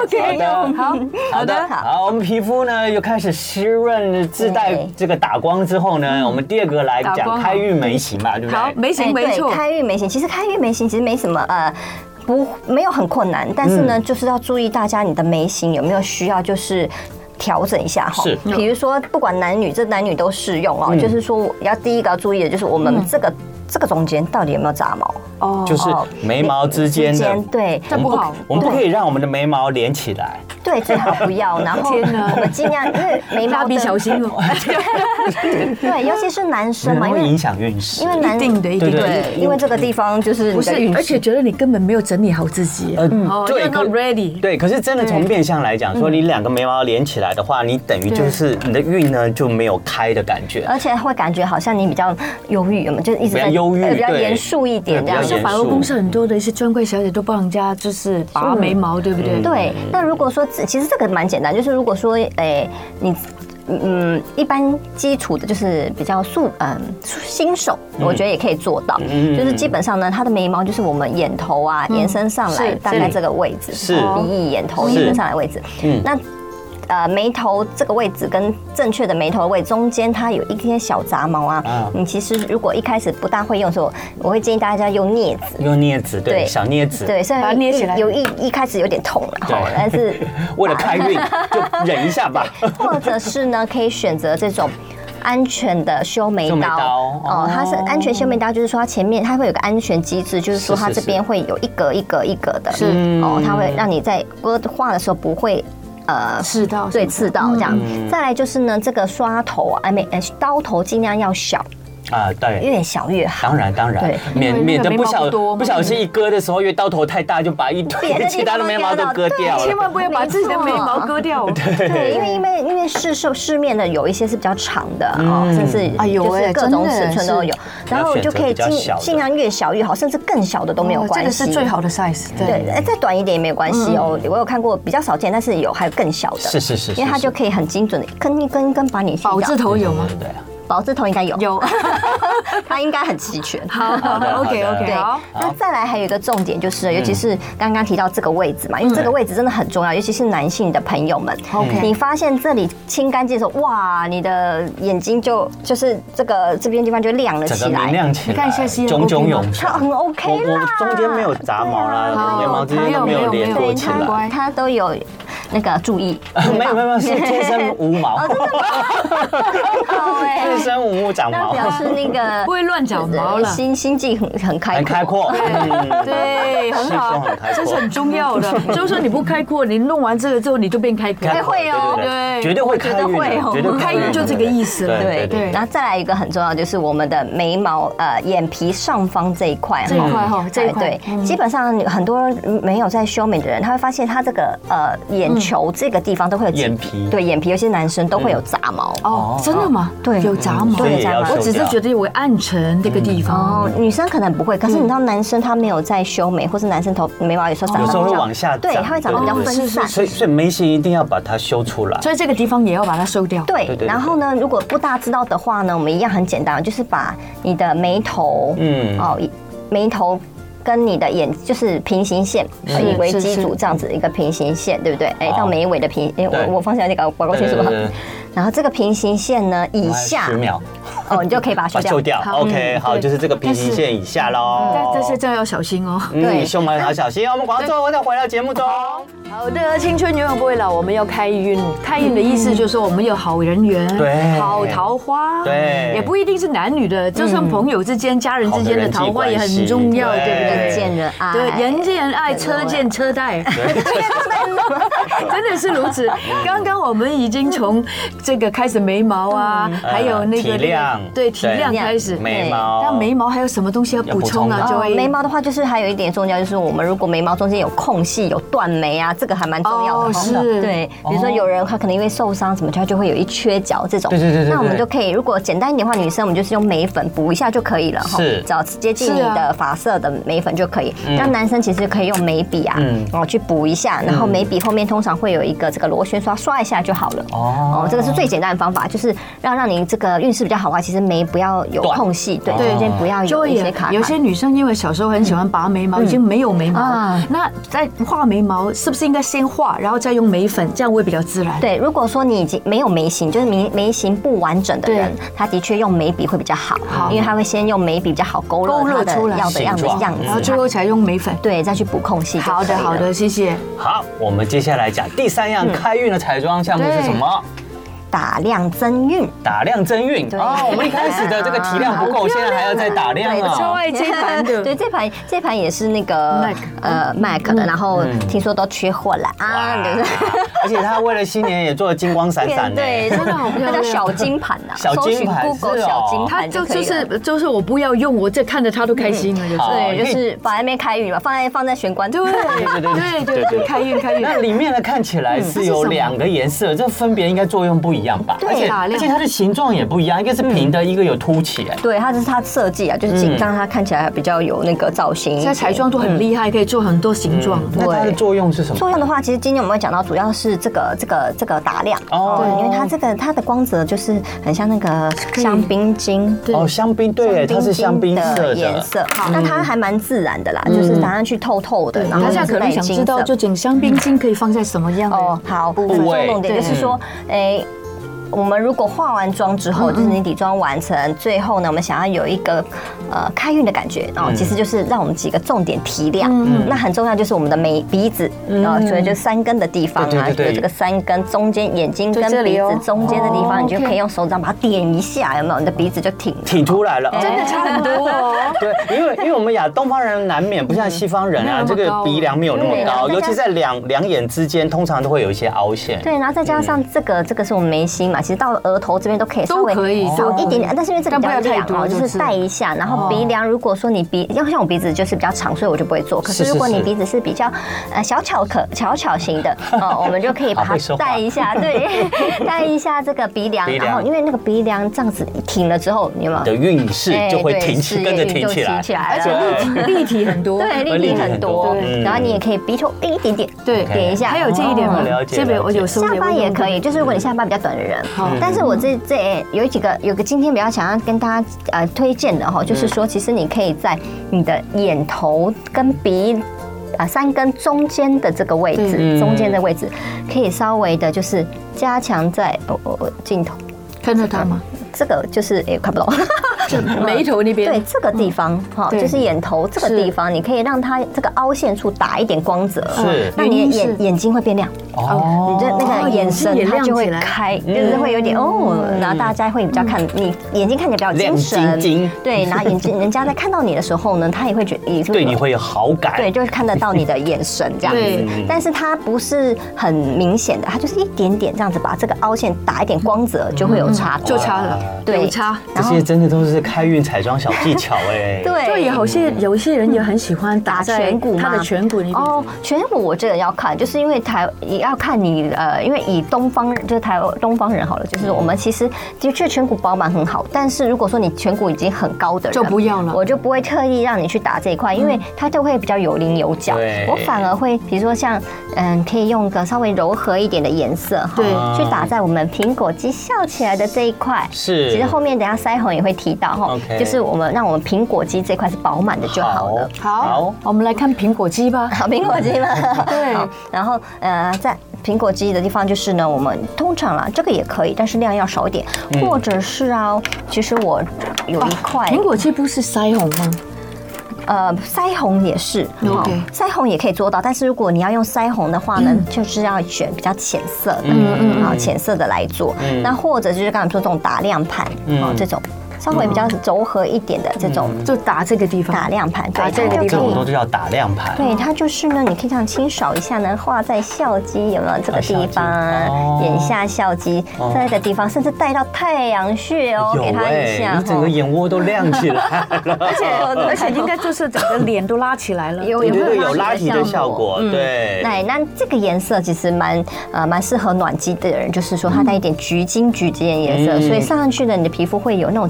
Speaker 1: OK，好 好的，
Speaker 2: 好，我们皮肤呢又开始湿润，自带
Speaker 3: 对
Speaker 2: 这个打光之后
Speaker 1: 嗯
Speaker 2: 呢，我们第二个来
Speaker 1: 打光
Speaker 2: 讲
Speaker 1: 好
Speaker 2: 开运眉形嘛，对不对？
Speaker 1: 好，眉
Speaker 3: 哎
Speaker 1: 形没
Speaker 3: 对
Speaker 1: 错，
Speaker 3: 开运眉形，其实开运眉形其实没什么呃。不，没有很困难，但是
Speaker 1: 嗯
Speaker 3: 呢，就是要注意大家你的眉形有没有需要，就是调整一下哈。
Speaker 2: 是
Speaker 3: 比如说不管男女，这男女都适用
Speaker 1: 嗯
Speaker 3: 哦。就是说，我要第一个要注意的就是我们这个这个中间到底有没有杂毛，
Speaker 1: 哦，
Speaker 2: 就是眉毛之间的，
Speaker 3: 对，
Speaker 1: 这不好
Speaker 2: 我们不
Speaker 3: 对
Speaker 2: 可以让我们的眉毛连起来。
Speaker 3: 对，最好不要。然后
Speaker 1: 天哪
Speaker 3: 我们尽量，因为眉毛
Speaker 1: 蜡
Speaker 3: 的
Speaker 1: 笔小新哦，
Speaker 3: 对，尤其是男生嘛，因
Speaker 2: 会
Speaker 3: 为
Speaker 2: 影响运势。
Speaker 3: 因为
Speaker 1: 一
Speaker 3: 男
Speaker 1: 定的，一定
Speaker 2: 对
Speaker 1: 的。
Speaker 3: 对，因为这个地方就是你
Speaker 1: 不是
Speaker 3: 的运，
Speaker 1: 而且觉得你根本没有整理好自己，哦，
Speaker 2: 呃对
Speaker 1: 要
Speaker 2: 可
Speaker 1: not ready。
Speaker 2: 对，可是真的从面相来讲，说你两个眉毛连起来的话，你等于就是你的运呢就没有开的感觉。
Speaker 3: 而且会感觉好像你比较忧郁，有没有？就是一直
Speaker 2: 比较
Speaker 3: 在呃
Speaker 2: 忧郁
Speaker 3: 对比较
Speaker 2: 对
Speaker 3: 严肃一点
Speaker 2: 对
Speaker 3: 这样
Speaker 2: 比较
Speaker 1: 就
Speaker 2: 严
Speaker 3: 子。
Speaker 1: 百货公司很多的一些专柜小姐都帮人家就是拔眉毛，
Speaker 2: 嗯
Speaker 1: 对不对？
Speaker 3: 对，那如果说自其实这个蛮简单，就是如果说诶你。嗯，一般基础的就是比较素，嗯，新手我觉得也可以做到，
Speaker 2: 嗯
Speaker 3: 就是基本上呢，它的眉毛就是我们眼头啊延伸上来
Speaker 1: 是
Speaker 3: 大概这个位置，
Speaker 2: 是
Speaker 3: 鼻翼、眼头
Speaker 2: 是
Speaker 3: 延伸上来位置
Speaker 2: 嗯。
Speaker 3: 那呃眉头这个位置跟正确的眉头的位置中间，它有一些小杂毛
Speaker 2: 啊
Speaker 3: 啊。你其实如果一开始不大会用的时候，我会建议大家用镊子，
Speaker 2: 用镊子，对，
Speaker 3: 对
Speaker 2: 小镊子，
Speaker 3: 对，虽然
Speaker 1: 把它捏起来
Speaker 3: 有一一开始有点痛了哈
Speaker 2: 对，
Speaker 3: 但是
Speaker 2: 为了开运就忍一下吧。
Speaker 3: 或者是呢，可以选择这种。安全的修眉
Speaker 2: 修
Speaker 3: 刀
Speaker 2: 眉刀
Speaker 3: 哦，它是
Speaker 2: 哦
Speaker 3: 安全修眉刀，就是说它前面它会有个安全机制，就是说
Speaker 2: 是
Speaker 3: 它
Speaker 2: 是
Speaker 3: 这边会有一格一格一格的，
Speaker 1: 是
Speaker 3: 哦，
Speaker 2: 嗯
Speaker 3: 它会让你在割画的时候不会呃
Speaker 1: 刺到
Speaker 3: 对刺到这样。
Speaker 2: 嗯
Speaker 3: 再来就是呢，这个刷头啊，没呃刀头尽量要小，
Speaker 2: 啊，对。
Speaker 3: 越小越 好。
Speaker 2: 当然，当然
Speaker 3: 对，
Speaker 2: 免
Speaker 1: 因为那个
Speaker 2: 免得
Speaker 1: 眉
Speaker 2: 不
Speaker 1: 毛
Speaker 2: 小
Speaker 1: 不多嘛
Speaker 2: 不小心一割的时候，因为刀头太大，就把一
Speaker 3: 别
Speaker 2: 堆
Speaker 3: 的地
Speaker 2: 其他的
Speaker 3: 方
Speaker 2: 眉毛都
Speaker 3: 割到
Speaker 2: 割
Speaker 3: 对
Speaker 2: 掉了
Speaker 1: 千。万不要把自己的眉毛割掉。
Speaker 3: 对，因为因为因为市售市面的有一些是比较长的哦，
Speaker 2: 嗯
Speaker 3: 甚至
Speaker 1: 哎呦
Speaker 3: 就
Speaker 1: 喂
Speaker 3: 是各种尺
Speaker 1: 真的
Speaker 3: 寸都有
Speaker 1: 是，
Speaker 3: 然后就可
Speaker 2: 比
Speaker 3: 以
Speaker 2: 较
Speaker 3: 尽
Speaker 2: 小的
Speaker 3: 尽量越小越好，甚至更小的都没有
Speaker 1: 哦
Speaker 3: 关
Speaker 1: 这个
Speaker 3: 系。
Speaker 1: 是最。好的 size。
Speaker 3: 对，哎再短一点也没有关系哦。我有看过比较少见，但是有还有更小的，
Speaker 2: 嗯是是是是
Speaker 3: 因为它就可以很精准的一根一根一根把你去
Speaker 1: 保
Speaker 3: 掉
Speaker 1: 字头有吗？
Speaker 2: 对对对。
Speaker 3: 保字头应该有，
Speaker 1: 有
Speaker 3: 它应该很齐全。
Speaker 1: 好好
Speaker 2: 的好的
Speaker 1: ，OK
Speaker 2: 对
Speaker 1: OK，好。
Speaker 3: 那再来还有一个重点就是，尤
Speaker 2: 嗯
Speaker 3: 其是刚刚提到这个位置嘛，因为这个位置真的很重要，尤其是男性的朋友们
Speaker 1: OK，
Speaker 2: 嗯
Speaker 3: 你发现这里清干净的时候，哇，你的眼睛就就是这个这边地方就亮了
Speaker 2: 整
Speaker 3: 起
Speaker 2: 个明
Speaker 3: 来，
Speaker 2: 亮起来，
Speaker 1: 你看一下 CN
Speaker 2: 炯炯
Speaker 1: OK 吗
Speaker 2: 有神
Speaker 3: 它 很
Speaker 2: 我
Speaker 3: OK
Speaker 2: 我
Speaker 3: 啦。
Speaker 2: 中间没有杂毛
Speaker 3: 对啊
Speaker 2: 啦，眉毛之间都没有连
Speaker 1: 躲
Speaker 2: 过
Speaker 3: 对
Speaker 2: 起来。，
Speaker 3: 它它都有那个注意
Speaker 2: 没有没有没有，是天生无毛，
Speaker 3: 好哎
Speaker 2: 天生无长
Speaker 3: 那
Speaker 2: 毛，
Speaker 3: 表示那个
Speaker 1: 不会乱长毛了。
Speaker 3: 心心境很很开
Speaker 2: 很开阔，嗯
Speaker 1: 对，很
Speaker 2: 心
Speaker 1: 好
Speaker 2: 胸很，开
Speaker 1: 这
Speaker 2: 阔
Speaker 1: 是很重要的。 就是说你不开阔，你弄完这个之后，你就变开阔。
Speaker 2: 开阔
Speaker 3: 会哦
Speaker 2: 对对对
Speaker 1: 对
Speaker 2: 绝对会开运
Speaker 3: 我觉得
Speaker 2: 的，
Speaker 3: 会哦
Speaker 2: 绝对
Speaker 1: 开运就这个意思了
Speaker 2: 对对
Speaker 1: 对
Speaker 2: 对，
Speaker 3: 然后再来一个很重要，就是我们的眉毛呃眼皮上方这一块，哎
Speaker 1: 这一块哈这一块嗯
Speaker 3: 对，基本上很多没有在修眉的人，他会发现他这个呃眼球这个地方都会有
Speaker 2: 眼皮嗯
Speaker 3: 对眼皮，尤其是男生都会有杂毛。
Speaker 1: 哦，真的吗？嗯
Speaker 3: 对
Speaker 1: 有杂毛。
Speaker 2: 所以
Speaker 3: 对
Speaker 2: 也要
Speaker 3: 杂毛
Speaker 1: 我
Speaker 2: 修
Speaker 1: 只是
Speaker 2: 掉
Speaker 1: 觉得我暗沉那个地方。
Speaker 3: 哦，女生可能不会，可
Speaker 2: 嗯
Speaker 3: 是你知道男生他没有在修眉，或是男生头眉毛有时候长得
Speaker 2: 有时候
Speaker 3: 比
Speaker 2: 会
Speaker 3: 较
Speaker 2: 往下长，
Speaker 3: 对，它会长得比较
Speaker 2: 对对对
Speaker 3: 分散。
Speaker 2: 所以所以眉形一定要把它修出来，
Speaker 1: 所以这个地方也要把它收掉。
Speaker 2: 对
Speaker 3: 对，
Speaker 2: 对
Speaker 3: 然后呢，如果不大知道的话呢，我们一样很简单，就是把你的眉头，
Speaker 2: 嗯
Speaker 3: 嗯，哦，眉头。跟你的眼就是平行线，呃以为基
Speaker 1: 是是
Speaker 3: 础这样子一个平行线，对不对？哎，
Speaker 2: 嗯好
Speaker 3: 到眉尾的平，哎，
Speaker 2: 对
Speaker 3: 我我方向有点搞搞不清楚
Speaker 2: 对
Speaker 3: 了
Speaker 2: 对对。
Speaker 3: 然后这个平行线呢以下
Speaker 2: 十秒，
Speaker 3: 哦，你就可以把它
Speaker 2: 把它
Speaker 3: 修掉。
Speaker 2: 救掉。
Speaker 1: 好
Speaker 2: OK，
Speaker 1: 嗯
Speaker 2: 好，
Speaker 1: 对
Speaker 2: 就是这个平行线以下喽
Speaker 1: 但。但是这样要小心哦。
Speaker 2: 嗯，
Speaker 3: 对
Speaker 2: 胸蛮好小心哦。我们广告之后再回到节目中。
Speaker 1: 好的，青春永远不会老，我们要开运。开运的意思就是我们有好人缘，
Speaker 2: 对
Speaker 1: 好桃花，
Speaker 2: 对
Speaker 1: 也不一定是男女的，就算朋友之间、家人之间的桃花也很重要，
Speaker 2: 好
Speaker 1: 对
Speaker 2: 的
Speaker 1: 不
Speaker 2: 人际关系
Speaker 1: 对？
Speaker 3: 人见人爱，
Speaker 1: 对，人见人爱，车见车带， 真的是如此。刚刚我们已经从这个开始眉毛啊，还有那个
Speaker 2: 嗯呃体谅
Speaker 1: 对体
Speaker 2: 对
Speaker 1: 量开始。
Speaker 2: 眉毛，
Speaker 1: 但眉毛还有什么东西要补充啊
Speaker 2: 要？
Speaker 1: 就
Speaker 3: 哦，
Speaker 1: 会
Speaker 3: 眉毛的话，就是还有一点重要，就是我们如果眉毛中间有空隙、有断眉啊，这个还蛮重要的。
Speaker 1: 哦是哦
Speaker 3: 对，比如说有人他可能因为受伤什么，他就会有一缺角这种。
Speaker 2: 对对对对对
Speaker 3: 那我们就可以，如果简单一点的话，女生我们就是用眉粉补一下就可以了。哈
Speaker 2: 是
Speaker 3: 只要接近你
Speaker 1: 是啊嗯
Speaker 3: 的发色的眉粉就可以。那男生其实可以用眉笔啊
Speaker 2: 嗯，
Speaker 3: 然后去补一下，
Speaker 1: 嗯
Speaker 3: 然后眉笔后面通常会有一个这个螺旋刷刷一下就好了。
Speaker 2: 哦
Speaker 3: 哦，这个是最简单的方法，就是让让你这个运势比较好的话，其实眉不要有
Speaker 2: 断
Speaker 3: 空隙，对，
Speaker 2: 对
Speaker 3: 中间不要
Speaker 1: 哦就
Speaker 3: 有一些
Speaker 1: 也
Speaker 3: 卡卡。
Speaker 1: 啊有些女生因为小时候很喜欢拔眉毛，已经没有眉毛
Speaker 3: 啊，
Speaker 1: 那在画眉毛是不是应该先画，然后再用眉粉，这样会比较自然？
Speaker 3: 对，如果说你已经没有眉形，就是眉眉形不完整的人，他的确用眉笔会比较好，因为他会先用眉笔比较好勾勒
Speaker 1: 勾勒
Speaker 3: 他的
Speaker 1: 出来
Speaker 3: 要的样子
Speaker 2: 形状
Speaker 3: 样子，
Speaker 1: 然后最后才用眉粉。
Speaker 3: 对再去补空隙就
Speaker 1: 好的，
Speaker 3: 可以了
Speaker 1: 好的，谢谢。
Speaker 2: 好，我们接下来讲第三样开运的彩妆项目是什么？
Speaker 1: 嗯
Speaker 3: 打亮增运，
Speaker 2: 打量增运
Speaker 3: 对
Speaker 2: 哦，我们一开始的这个提量不够，现在还要再打量
Speaker 3: 对
Speaker 1: 超
Speaker 2: 啊。
Speaker 1: 爱这一盘的。
Speaker 3: 对，这盘这盘也是那个
Speaker 1: Mac
Speaker 3: 呃 Mac 的，然后听说都缺货了啊，
Speaker 2: 哇
Speaker 3: 就是
Speaker 2: 而且他为了新年也做的金光闪 闪的，
Speaker 3: 对，
Speaker 1: 真的好漂亮
Speaker 3: 那叫小金盘呐，
Speaker 2: 小金盘
Speaker 3: 搜寻 Google
Speaker 2: 是哦
Speaker 3: 小金
Speaker 1: 他
Speaker 3: 盘
Speaker 1: 就
Speaker 3: 就可
Speaker 1: 就
Speaker 3: 以了
Speaker 1: 是就是我不要用，我这看着他都开心
Speaker 3: 嗯
Speaker 1: 了，就是
Speaker 2: 好
Speaker 3: 对，就是把那边开运嘛，放在放在玄关，
Speaker 1: 对对对对对，开运开运。
Speaker 2: 那里面的看起来是
Speaker 1: 它是
Speaker 2: 有
Speaker 1: 什么
Speaker 2: 两个颜色，这分别应该作用不一样吧？
Speaker 3: 对
Speaker 2: 而且
Speaker 1: 嗯打
Speaker 2: 而
Speaker 1: 亮
Speaker 2: 且它的形状也不一样，一个是平的，一个有凸起。哎，
Speaker 3: 对，它就是它设计啊，就是
Speaker 2: 嗯
Speaker 3: 紧让它看起来比较有那个造型一
Speaker 1: 现
Speaker 3: 点。
Speaker 1: 在彩妆都很厉害，可以做很
Speaker 3: 嗯
Speaker 1: 多形状。
Speaker 2: 嗯那它的作用是什么？
Speaker 3: 作用的话，其实今天我们会讲到，主要是这个这个这个打亮
Speaker 2: 哦
Speaker 3: 哦，因为它这个它的光泽就是很像那个香槟金。
Speaker 1: 对
Speaker 2: 哦，香槟对，它是香槟色
Speaker 3: 颜
Speaker 2: 的。
Speaker 3: 色，那它还蛮自然的啦，就是打上去透透的，然
Speaker 1: 嗯
Speaker 3: 后
Speaker 1: 大
Speaker 3: 就
Speaker 1: 家
Speaker 3: 是
Speaker 1: 可
Speaker 3: 带
Speaker 1: 能想
Speaker 3: 金
Speaker 1: 知道，
Speaker 3: 色
Speaker 1: 就整香槟精可以放在什么样的？
Speaker 3: 哦，好，那
Speaker 2: 部位
Speaker 3: 重点就是说，哎。我们如果化完妆之后，就是你底妆完成，最后呢，我们想要有一个呃开运的感觉哦，其实就是让我们几个重点提亮。那很重要就是我们的眉鼻子，呃，所以就三根的地方
Speaker 2: 对
Speaker 3: 啊，
Speaker 2: 对对
Speaker 3: 就
Speaker 2: 对
Speaker 3: 是这个三根中间眼睛
Speaker 1: 就这
Speaker 3: 跟
Speaker 1: 里
Speaker 3: 鼻
Speaker 1: 哦
Speaker 3: 子中间的地
Speaker 1: 哦
Speaker 3: 方，你就可
Speaker 1: OK
Speaker 3: 以用手掌把它点一下，有没有？你的鼻子就挺了。
Speaker 2: 挺出来了，
Speaker 1: 真的差不多哦。
Speaker 2: 对，因为因为我们亚东方人难免不像西方人啊，
Speaker 1: 嗯
Speaker 2: 这
Speaker 1: 没有那么
Speaker 2: 个
Speaker 1: 高
Speaker 2: 鼻梁没有那么
Speaker 3: 对然
Speaker 2: 高，
Speaker 3: 后再
Speaker 2: 尤
Speaker 3: 加
Speaker 2: 其在两两眼之间，通常都会有一些凹陷。
Speaker 3: 对，然后再加
Speaker 2: 嗯
Speaker 3: 上这个，这个是我们眉心嘛，其实到了额头这边都可以稍微
Speaker 1: 都可以
Speaker 3: 少
Speaker 1: 都可以
Speaker 3: 一点
Speaker 2: 嗯
Speaker 3: 点，但是因为这个比较
Speaker 1: 但不要太
Speaker 3: 亮
Speaker 1: 多
Speaker 3: 哦，
Speaker 1: 就
Speaker 3: 就
Speaker 1: 是哦
Speaker 3: 是带一下。然后鼻梁，如果说你鼻，要像我鼻子就是比较长，所以我就不会做。可
Speaker 2: 是
Speaker 3: 是
Speaker 2: 是
Speaker 3: 如果你
Speaker 2: 是
Speaker 3: 鼻子是比较呃小巧可小巧型的，哦，我们就可以把
Speaker 2: 好会说
Speaker 3: 它
Speaker 2: 话
Speaker 3: 带一下， 对，带一下这个鼻梁，
Speaker 2: 鼻梁
Speaker 3: 然后因为那个鼻梁这样子一挺了之后，你有没有
Speaker 2: 你的？运势
Speaker 3: 哎
Speaker 2: 就会
Speaker 3: 对
Speaker 2: 挺
Speaker 3: 事
Speaker 2: 起，
Speaker 3: 业
Speaker 2: 跟着
Speaker 3: 运
Speaker 2: 挺
Speaker 3: 就
Speaker 2: 起来。
Speaker 3: 起来
Speaker 1: 而
Speaker 3: 了，
Speaker 1: 且立体立体很多。
Speaker 3: 对，
Speaker 2: 会
Speaker 3: 立
Speaker 2: 立
Speaker 3: 体
Speaker 2: 体很
Speaker 3: 很
Speaker 2: 多
Speaker 3: 多
Speaker 2: 嗯，
Speaker 3: 然后你也可以鼻头一点点，
Speaker 1: 对
Speaker 3: 点一下，
Speaker 1: 还有这一点吗
Speaker 2: 哦了？解
Speaker 1: 这边
Speaker 2: 了
Speaker 1: 我
Speaker 2: 解
Speaker 1: 有时候
Speaker 3: 下巴
Speaker 1: 会
Speaker 3: 也
Speaker 1: 用
Speaker 3: 可以，就是如果你下巴比较短的人哦
Speaker 1: 好，
Speaker 3: 但是我这这有几个有个今天比较想要跟大家呃推荐的哈，就是说其实你可以在你的眼头跟鼻。啊，三根中间的这个位
Speaker 2: 嗯
Speaker 3: 置，中间的位置可以稍微的，就是加强在哦哦哦镜头，
Speaker 1: 看得到吗？
Speaker 3: 这个就是也看不懂，嗯
Speaker 1: 眉头那边。
Speaker 3: 对这个地方哈，
Speaker 1: 对
Speaker 3: 就是眼头这个
Speaker 1: 是
Speaker 3: 地方，你可以让它这个凹陷处打一点光泽，
Speaker 2: 是
Speaker 3: 那你
Speaker 1: 原因
Speaker 3: 的
Speaker 1: 是
Speaker 3: 眼眼睛会变亮。
Speaker 2: 哦
Speaker 3: 你就那个
Speaker 1: 哦
Speaker 3: 眼
Speaker 1: 眼睛也
Speaker 3: 神它
Speaker 1: 亮起
Speaker 3: 就会
Speaker 1: 来嗯
Speaker 3: 开，
Speaker 2: 嗯
Speaker 3: 就是会有点哦，然后大家会比较看你眼睛看起来比较精
Speaker 2: 亮晶
Speaker 3: 神，
Speaker 2: 晶
Speaker 3: 对，然后眼睛人家在看到你的时候呢，他也会觉也
Speaker 2: 对你。会有好感。
Speaker 3: 对，就是看得到你的眼神这样
Speaker 1: 对
Speaker 2: 嗯
Speaker 3: 子，但是它不是很明显的，它就是一点点这样子，把这个凹陷打一点光泽，就会有差别，
Speaker 1: 嗯就差了，
Speaker 3: 对
Speaker 1: 有差。
Speaker 2: 这
Speaker 3: 然后
Speaker 2: 些真的都是开运彩妆小技巧哎。
Speaker 3: 对，
Speaker 1: 就有些
Speaker 2: 嗯
Speaker 1: 有些人也很喜欢打
Speaker 3: 打
Speaker 1: 在
Speaker 3: 颧骨吗
Speaker 1: 他的颧骨那边。
Speaker 3: 哦，颧骨我这个要看，就是因为台也要看你呃，因为以东方人就是台东方人好了，就是我们其实的确颧骨饱满很好，但是如果说你颧骨已经很高的人，
Speaker 1: 就不要了
Speaker 3: 我就不会特意让你去打这一块，因为它就会比较有棱有角
Speaker 2: 对。
Speaker 3: 我反而会比如说像嗯，可以用个稍微柔和一点的颜色哈，
Speaker 1: 对
Speaker 3: 去打在我们苹果肌笑起来的这一块。
Speaker 2: 是
Speaker 3: 其实后面等一下腮红也会提到哈
Speaker 2: OK，
Speaker 3: 就是我们让我们苹果肌这块是饱满的就好了。
Speaker 1: 好，我们来看苹果肌吧。
Speaker 3: 好苹果肌嘛，
Speaker 1: 对
Speaker 3: 好，然后呃，再苹果肌的地方就是呢，我们通常啦，这个也可以，但是量要少一点，
Speaker 1: 嗯
Speaker 3: 或者是啊，其实我有一块
Speaker 1: 苹果肌不是腮红吗？
Speaker 3: 呃，腮红也是，哦
Speaker 1: OK
Speaker 3: 腮红也可以做到，但是如果你要用腮红的话呢，
Speaker 1: 嗯
Speaker 3: 就是要选比较浅色的，
Speaker 2: 嗯嗯
Speaker 3: 嗯，浅色的来做。
Speaker 1: 嗯
Speaker 3: 那或者就是刚才说这种打亮盘，哦
Speaker 2: 嗯，
Speaker 3: 这种稍微比较柔和一点的这种
Speaker 1: 就打这个地方
Speaker 3: 打。亮盘，
Speaker 1: 打嗯啊这
Speaker 3: 对，
Speaker 1: 个
Speaker 3: 它
Speaker 1: 地
Speaker 3: 就
Speaker 2: 这
Speaker 1: 方
Speaker 3: 可
Speaker 2: 种
Speaker 3: 以
Speaker 2: 都叫打亮盘。
Speaker 3: 对，它就是呢，你可以这样轻扫一下呢，画在笑肌有没有这个地方
Speaker 2: 啊笑肌哦，
Speaker 3: 眼下笑肌
Speaker 2: 哦
Speaker 3: 这个地方，甚至带到太阳穴哦，
Speaker 2: 有
Speaker 3: 给它一
Speaker 2: 哎，
Speaker 3: 下
Speaker 2: 你整个
Speaker 3: 哦
Speaker 2: 眼窝都亮起来 了，
Speaker 1: 而且而且 应该就是整个脸都拉起来了，
Speaker 3: 有
Speaker 2: 我
Speaker 3: 也
Speaker 2: 觉得
Speaker 3: 会
Speaker 2: 有拉
Speaker 3: 拉
Speaker 2: 提
Speaker 3: 提
Speaker 2: 的
Speaker 3: 的
Speaker 2: 效
Speaker 3: 效
Speaker 2: 果
Speaker 3: 果，
Speaker 2: 对。
Speaker 3: 对，哎那这个颜色其实蛮呃蛮适合暖肌的人，就是说它带一点橘金橘这点颜色，
Speaker 2: 嗯
Speaker 3: 所以上上去呢，你的皮肤会有那种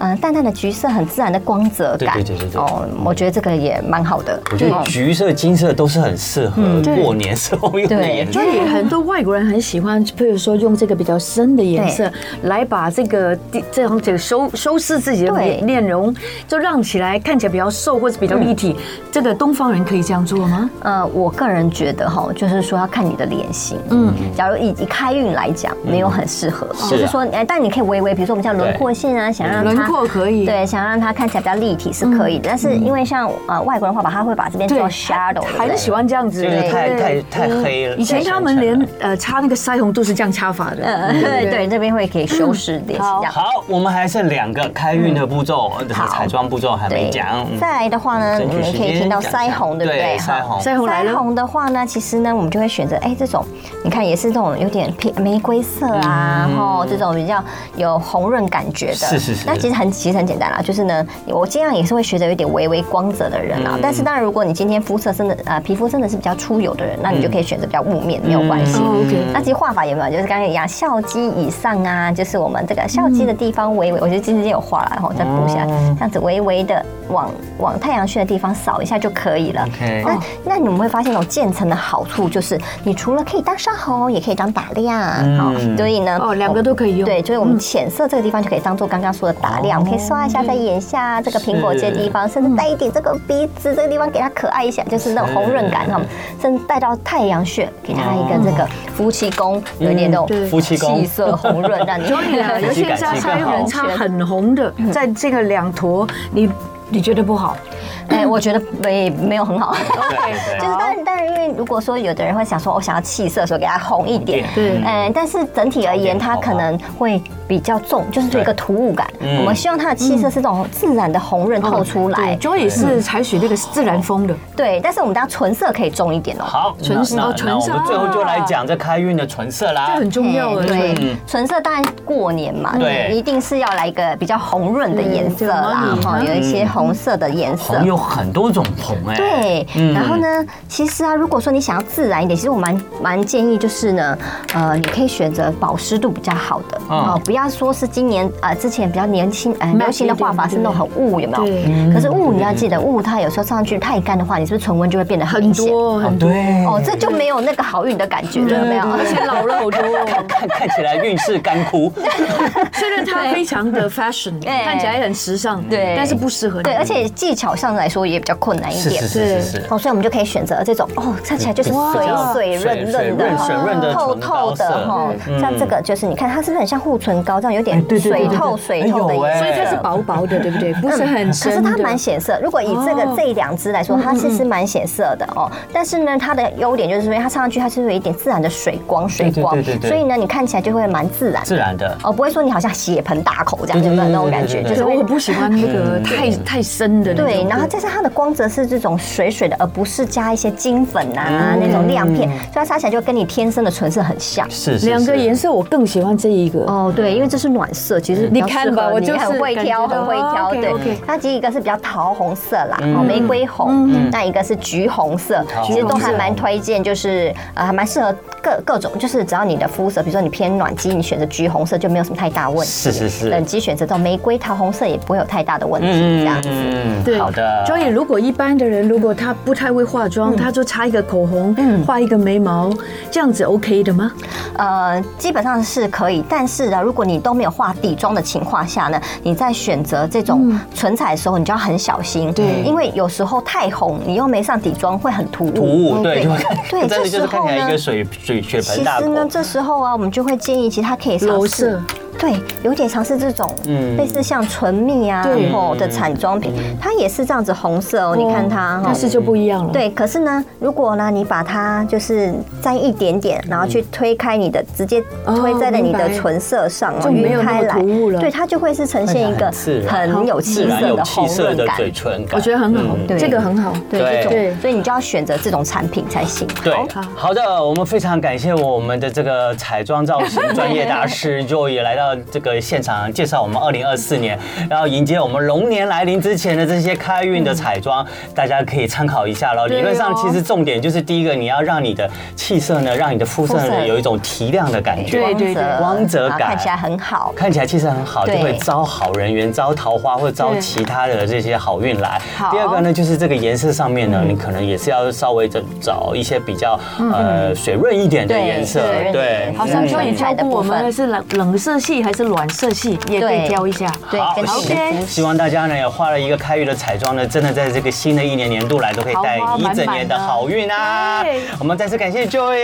Speaker 3: 嗯、呃淡淡的橘色，很自然的光泽感。
Speaker 2: 对对对对对
Speaker 3: 哦，我觉得这个也蛮好的。
Speaker 2: 我觉得
Speaker 3: 哦
Speaker 2: 橘色、金色都是很适合过年时候用的
Speaker 3: 对
Speaker 2: 颜色
Speaker 1: 所。以很多外国人很喜欢，譬如说用这个比较深的颜色来把这个地这种这个修修饰自己的
Speaker 3: 对
Speaker 1: 脸面容，就让起来看起来比较瘦或者比较立体。这个东方人可以这样做吗？
Speaker 3: 呃，我个人觉得哈，就是说要看你的脸型。嗯，假如以以开运来讲，没有很适合，
Speaker 2: 是啊
Speaker 3: 就是说，哎，但你可以微微，比如说我们叫轮廓线啊，想让它
Speaker 1: 轮廓可以，
Speaker 3: 对，想让它看起来比较立体是可以的，但是因为像呃外国人的话，把它会把这边
Speaker 1: 对
Speaker 3: 做 shadow，对不
Speaker 1: 很
Speaker 3: 对
Speaker 1: 喜欢这样子，
Speaker 2: 就是
Speaker 1: 对
Speaker 2: 太
Speaker 1: 对
Speaker 2: 太
Speaker 3: 嗯
Speaker 2: 太黑了
Speaker 1: 以前他们连呃擦那个腮红都是这样擦法的，
Speaker 3: 呃， 对对，这边会给修饰脸型
Speaker 1: 好
Speaker 3: 这样。
Speaker 2: 好，我们还剩两个开运的步骤，呃
Speaker 3: 嗯好
Speaker 2: 彩妆步骤还没
Speaker 3: 对
Speaker 2: 讲。嗯
Speaker 3: 再来的话呢，
Speaker 2: 争
Speaker 3: 你
Speaker 2: 取
Speaker 3: 们
Speaker 2: 时
Speaker 3: 可以
Speaker 2: 间
Speaker 3: 听到
Speaker 2: 讲一
Speaker 3: 腮
Speaker 2: 下
Speaker 3: 红，对不
Speaker 2: 对？
Speaker 3: 对？
Speaker 2: 腮
Speaker 3: 哈
Speaker 2: 红，
Speaker 1: 腮红来了
Speaker 3: 腮红的话呢，其实呢，我们就会选择哎这种，你看也是这种有点偏玫瑰色啊，然后这种比较有红润感觉的。
Speaker 2: 嗯是是是
Speaker 3: 那其实很其实很简单啦，就是呢，我尽量也是会学着有点微微光泽的
Speaker 2: 嗯
Speaker 3: 人啊。但是当然，如果你今天肤色真的呃皮肤真的是比较出油的人，那你就
Speaker 2: 嗯
Speaker 3: 可以选择比较雾面，没有关系。
Speaker 1: 哦，OK，
Speaker 3: 那其实画法有没有？就是刚才一样，笑肌以上啊，就是我们这个笑肌的地方微微，我觉得今天有画了，然后我再补一下，
Speaker 2: 哦
Speaker 3: 这样子微微的往往太阳穴的地方扫一下就可以了。
Speaker 2: OK
Speaker 3: 那那你们会发现，有渐层的好处就是，你除了可以当腮红，也可以当打亮。好，所以呢，
Speaker 1: 哦，两个都可以用，嗯
Speaker 3: 对，就是我们浅色这个地方就可以当做刚刚说的打亮，我们可以刷一
Speaker 1: 哦
Speaker 3: 下在眼下这个苹果肌的地方，甚
Speaker 1: 嗯
Speaker 3: 至带一点这个鼻子这个地方给它可爱一下，就是那种红润感哈，甚至带到太阳穴，给它一个这个夫妻宫，有一点那
Speaker 1: 哦嗯对
Speaker 3: 种
Speaker 2: 夫妻宫
Speaker 3: 气色红润， 让你
Speaker 1: 所以 啊，有
Speaker 2: 尤其
Speaker 1: 些加腮红擦很红的，
Speaker 3: 嗯
Speaker 1: 在这个两坨，你你觉得不好？
Speaker 3: 哎，我觉得没没有很 好。
Speaker 2: 对
Speaker 3: 就
Speaker 2: 对
Speaker 3: 是但但因为如果说有的人会想说，我哦想要气色，所以给它红一点，
Speaker 1: 对
Speaker 3: 嗯，但是整体而言，它可能会比较重，就是这个突兀感。
Speaker 2: 嗯
Speaker 3: 我们希望它的气色是这种自然的红润透出来。
Speaker 1: ，Joy 哦是采取那个自然风的，
Speaker 3: 对，但是我们当唇色可以重一点哦。啊
Speaker 2: 好，那
Speaker 1: 唇色
Speaker 2: 那
Speaker 1: 哦唇
Speaker 2: 那我
Speaker 1: 色
Speaker 2: 们最后就来讲这开运的唇色
Speaker 1: 这
Speaker 2: 啦。
Speaker 1: 很重要啊的。
Speaker 3: 哎对，唇色当然过年嘛，
Speaker 2: 啊嗯对
Speaker 3: 你一定是要来一个比较红润的颜色啦
Speaker 1: 嗯，对
Speaker 3: 哈，有一些红色的颜色
Speaker 2: 红。有很多种红哎。
Speaker 3: 对，然
Speaker 1: 嗯
Speaker 3: 后呢，其实啊，如果说你想要自然一点，其实我蛮蛮建议就是呢，呃，你可以选择保湿度比较好的
Speaker 2: 嗯
Speaker 1: 啊
Speaker 3: 哦，不要说是今年呃之前比较年轻呃
Speaker 1: Matte
Speaker 3: 流行的画法是那种很雾有没
Speaker 1: 对
Speaker 3: 有？可是雾你要记得雾它有时候上去太干的话，你是不是唇纹就会变得很
Speaker 1: 很
Speaker 3: 明显？
Speaker 1: 多嗯
Speaker 2: 哦
Speaker 1: 很多，
Speaker 2: 对。
Speaker 3: 哦，这就没有那个好运的感觉了，有没有？
Speaker 1: 而且老了 好多。
Speaker 2: 看看起来运势干枯。
Speaker 1: 虽然它非常的 fashion，
Speaker 3: 哎
Speaker 1: 看起来很时尚，
Speaker 3: 对
Speaker 1: 但是不适合你。
Speaker 3: 对，而且技巧上来说也比较困难一
Speaker 2: 是
Speaker 3: 点
Speaker 2: 是。是是是。
Speaker 3: 哦，所以我们就可以选择这种哦，看起来就是水
Speaker 2: 哇
Speaker 3: 水润
Speaker 2: 水
Speaker 3: 润
Speaker 2: 水润
Speaker 3: 的、哦
Speaker 2: 水润的
Speaker 3: 透
Speaker 2: 唇膏
Speaker 3: 透
Speaker 2: 色嗯
Speaker 3: 的哈，像这个就是你看它是不是很像护唇膏这样，有
Speaker 2: 哎
Speaker 3: 点
Speaker 2: 对对对
Speaker 3: 水
Speaker 2: 对
Speaker 3: 透
Speaker 2: 对
Speaker 3: 水透的
Speaker 2: 哎有哎
Speaker 3: 颜色
Speaker 1: 所以它是薄薄的，对不对？不是很
Speaker 3: 可是
Speaker 1: 深
Speaker 3: 它
Speaker 1: 的。
Speaker 3: 蛮显色，如果以这个
Speaker 1: 哦
Speaker 3: 这一两支来说，它其实蛮显色的哦。但是呢，它的优点就是因为它擦上去，它是有一点自然的水光，水光
Speaker 2: 对对对对，对
Speaker 3: 所以呢，你看起来就会蛮自然的
Speaker 2: 自然的。
Speaker 3: 哦，不会说你好像血盆大口这样，
Speaker 2: 对对
Speaker 3: 有没有
Speaker 2: 对对
Speaker 3: 那种感
Speaker 2: 对
Speaker 3: 觉？
Speaker 2: 对
Speaker 3: 就是
Speaker 1: 对，哦我不喜欢那个
Speaker 3: 嗯
Speaker 1: 太太深的那种。
Speaker 3: 对，然后再是它的光泽是这种水水的，而不是加一些金粉啊、那种亮片，所以它擦起来就跟你天生的唇色很像。
Speaker 2: 是是
Speaker 1: 两个颜色我更喜欢这一个。
Speaker 3: 哦，对，因为这是暖色，其实比较
Speaker 1: 你看
Speaker 3: 适合
Speaker 1: 吧我
Speaker 3: 你
Speaker 1: 就是
Speaker 3: 很会
Speaker 1: 感
Speaker 3: 挑，
Speaker 1: 觉到
Speaker 3: 很会
Speaker 1: 哦
Speaker 3: 挑。对
Speaker 1: OK，OK，
Speaker 3: 它其实一个是比较桃红色啦，哦，玫瑰红，那一个是橘红色，其实都还蛮推荐，就是呃，还蛮适合各各种，就是只要你的肤色，比如说你偏暖肌，你选择橘红色就没有什么太大问题。
Speaker 2: 是是是
Speaker 3: 冷肌选择这种玫瑰桃红色也不会有太大的问题，这样子。
Speaker 2: 嗯，
Speaker 1: 对
Speaker 2: 好的。
Speaker 1: 所以如果一般的人，如果他不太会化妆，他就擦一个口红，画一个眉毛，这样子 OK 的吗？
Speaker 3: 呃，基本上是可以，但是啊，如果你都没有化底妆的情况下呢，你在选择这种唇彩的时候，你就要很小心，对，因为有时候太红，你又没上底妆会很突兀，
Speaker 2: 突兀，对，就会看，
Speaker 3: 对，
Speaker 2: 真
Speaker 3: 这
Speaker 2: 的就
Speaker 3: 时
Speaker 2: 是看
Speaker 3: 候
Speaker 2: 起来一
Speaker 3: 呢
Speaker 2: 个，水水血
Speaker 3: 其
Speaker 2: 盆大
Speaker 3: 实呢，
Speaker 2: 口。
Speaker 3: 这时候啊，我们就会建议，其实它可以尝
Speaker 1: 柔
Speaker 3: 试
Speaker 1: 色。
Speaker 3: 对，有点尝试这种，
Speaker 2: 嗯
Speaker 3: 类似像唇蜜啊，
Speaker 1: 对
Speaker 3: 然后的产妆品，它也是这样子红色哦，你看它哈，
Speaker 1: 但是就不一样了。，
Speaker 3: 对，可是呢，如果呢，你把它就是沾一点点，然后去推开你的，直接推在了你
Speaker 1: 哦明
Speaker 3: 的
Speaker 1: 白
Speaker 3: 唇色上哦，
Speaker 1: 就没有那么
Speaker 3: 晕开来
Speaker 1: 突兀了
Speaker 3: 对，它就会是呈现一个
Speaker 2: 看起来很自然
Speaker 3: 很有气
Speaker 2: 自然
Speaker 3: 色
Speaker 2: 有
Speaker 3: 的
Speaker 2: 气
Speaker 3: 红
Speaker 2: 色
Speaker 3: 润
Speaker 2: 的
Speaker 3: 感。
Speaker 2: 嘴唇感，
Speaker 1: 我觉得很好
Speaker 2: 嗯，
Speaker 3: 对
Speaker 1: 这个很好。
Speaker 3: 对，这
Speaker 1: 对
Speaker 3: 种，所以你就要选择这种产品才行。
Speaker 2: 对
Speaker 3: 好，
Speaker 2: 好的，我们非常感谢我们的这个彩妆造型专业大师 Joy 来到这个现场介绍我们二零二四年，然后迎接我们龙年来临之前的这些开运的彩妆，大家可以参考一下喽。
Speaker 1: 对哦
Speaker 2: 理论上其实重点就是第一个，你要让你的气色呢，让你的肤色
Speaker 3: 肤
Speaker 2: 呢
Speaker 3: 色
Speaker 2: 有一种提亮的感觉，
Speaker 1: 对对对
Speaker 2: 光泽
Speaker 3: 啊
Speaker 2: 感
Speaker 3: 看起来很好。
Speaker 2: 看起来气色很好，就
Speaker 3: 对
Speaker 2: 会招好人缘、招桃花或者招
Speaker 1: 对
Speaker 2: 其他的这些好运来
Speaker 1: 好。嗯
Speaker 2: 第二个呢，就是这个颜色上面呢，你可能也是要稍微的找一些比较呃水润一点的
Speaker 3: 对
Speaker 2: 颜色
Speaker 3: 水润一，点
Speaker 2: 对，嗯
Speaker 1: 好像说你教过我们
Speaker 3: 嗯
Speaker 1: 是冷冷色系还是暖色系，也可以
Speaker 3: 对
Speaker 1: 教一下。
Speaker 3: 对
Speaker 2: 好，
Speaker 3: 跟
Speaker 2: 希
Speaker 3: 你的
Speaker 1: ，OK
Speaker 3: 肤
Speaker 2: 希望大家呢也画了一个开运的彩妆呢，真的在这个新的一年年度来都可以带
Speaker 1: 桃花
Speaker 2: 一
Speaker 1: 满满
Speaker 2: 整年的
Speaker 1: 啊
Speaker 2: 好运啊
Speaker 1: 对！
Speaker 2: 我们再次感谢 Joy，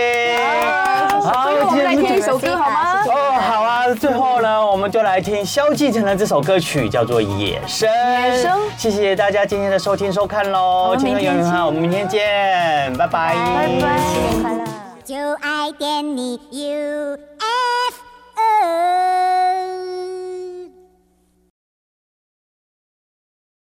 Speaker 2: 好
Speaker 1: 所以我们来听一首歌好吗？
Speaker 2: 哦，好啊，最后呢，我们就来听萧敬腾的这首歌曲，叫做《野生》。
Speaker 1: 野生
Speaker 2: 谢谢大家今天的收听收看喽，
Speaker 1: 们
Speaker 2: 青春
Speaker 1: 明
Speaker 2: 有
Speaker 1: 天
Speaker 2: 你好，我们明天见，拜拜
Speaker 3: 拜拜，新年快乐。
Speaker 4: 就爱点你 U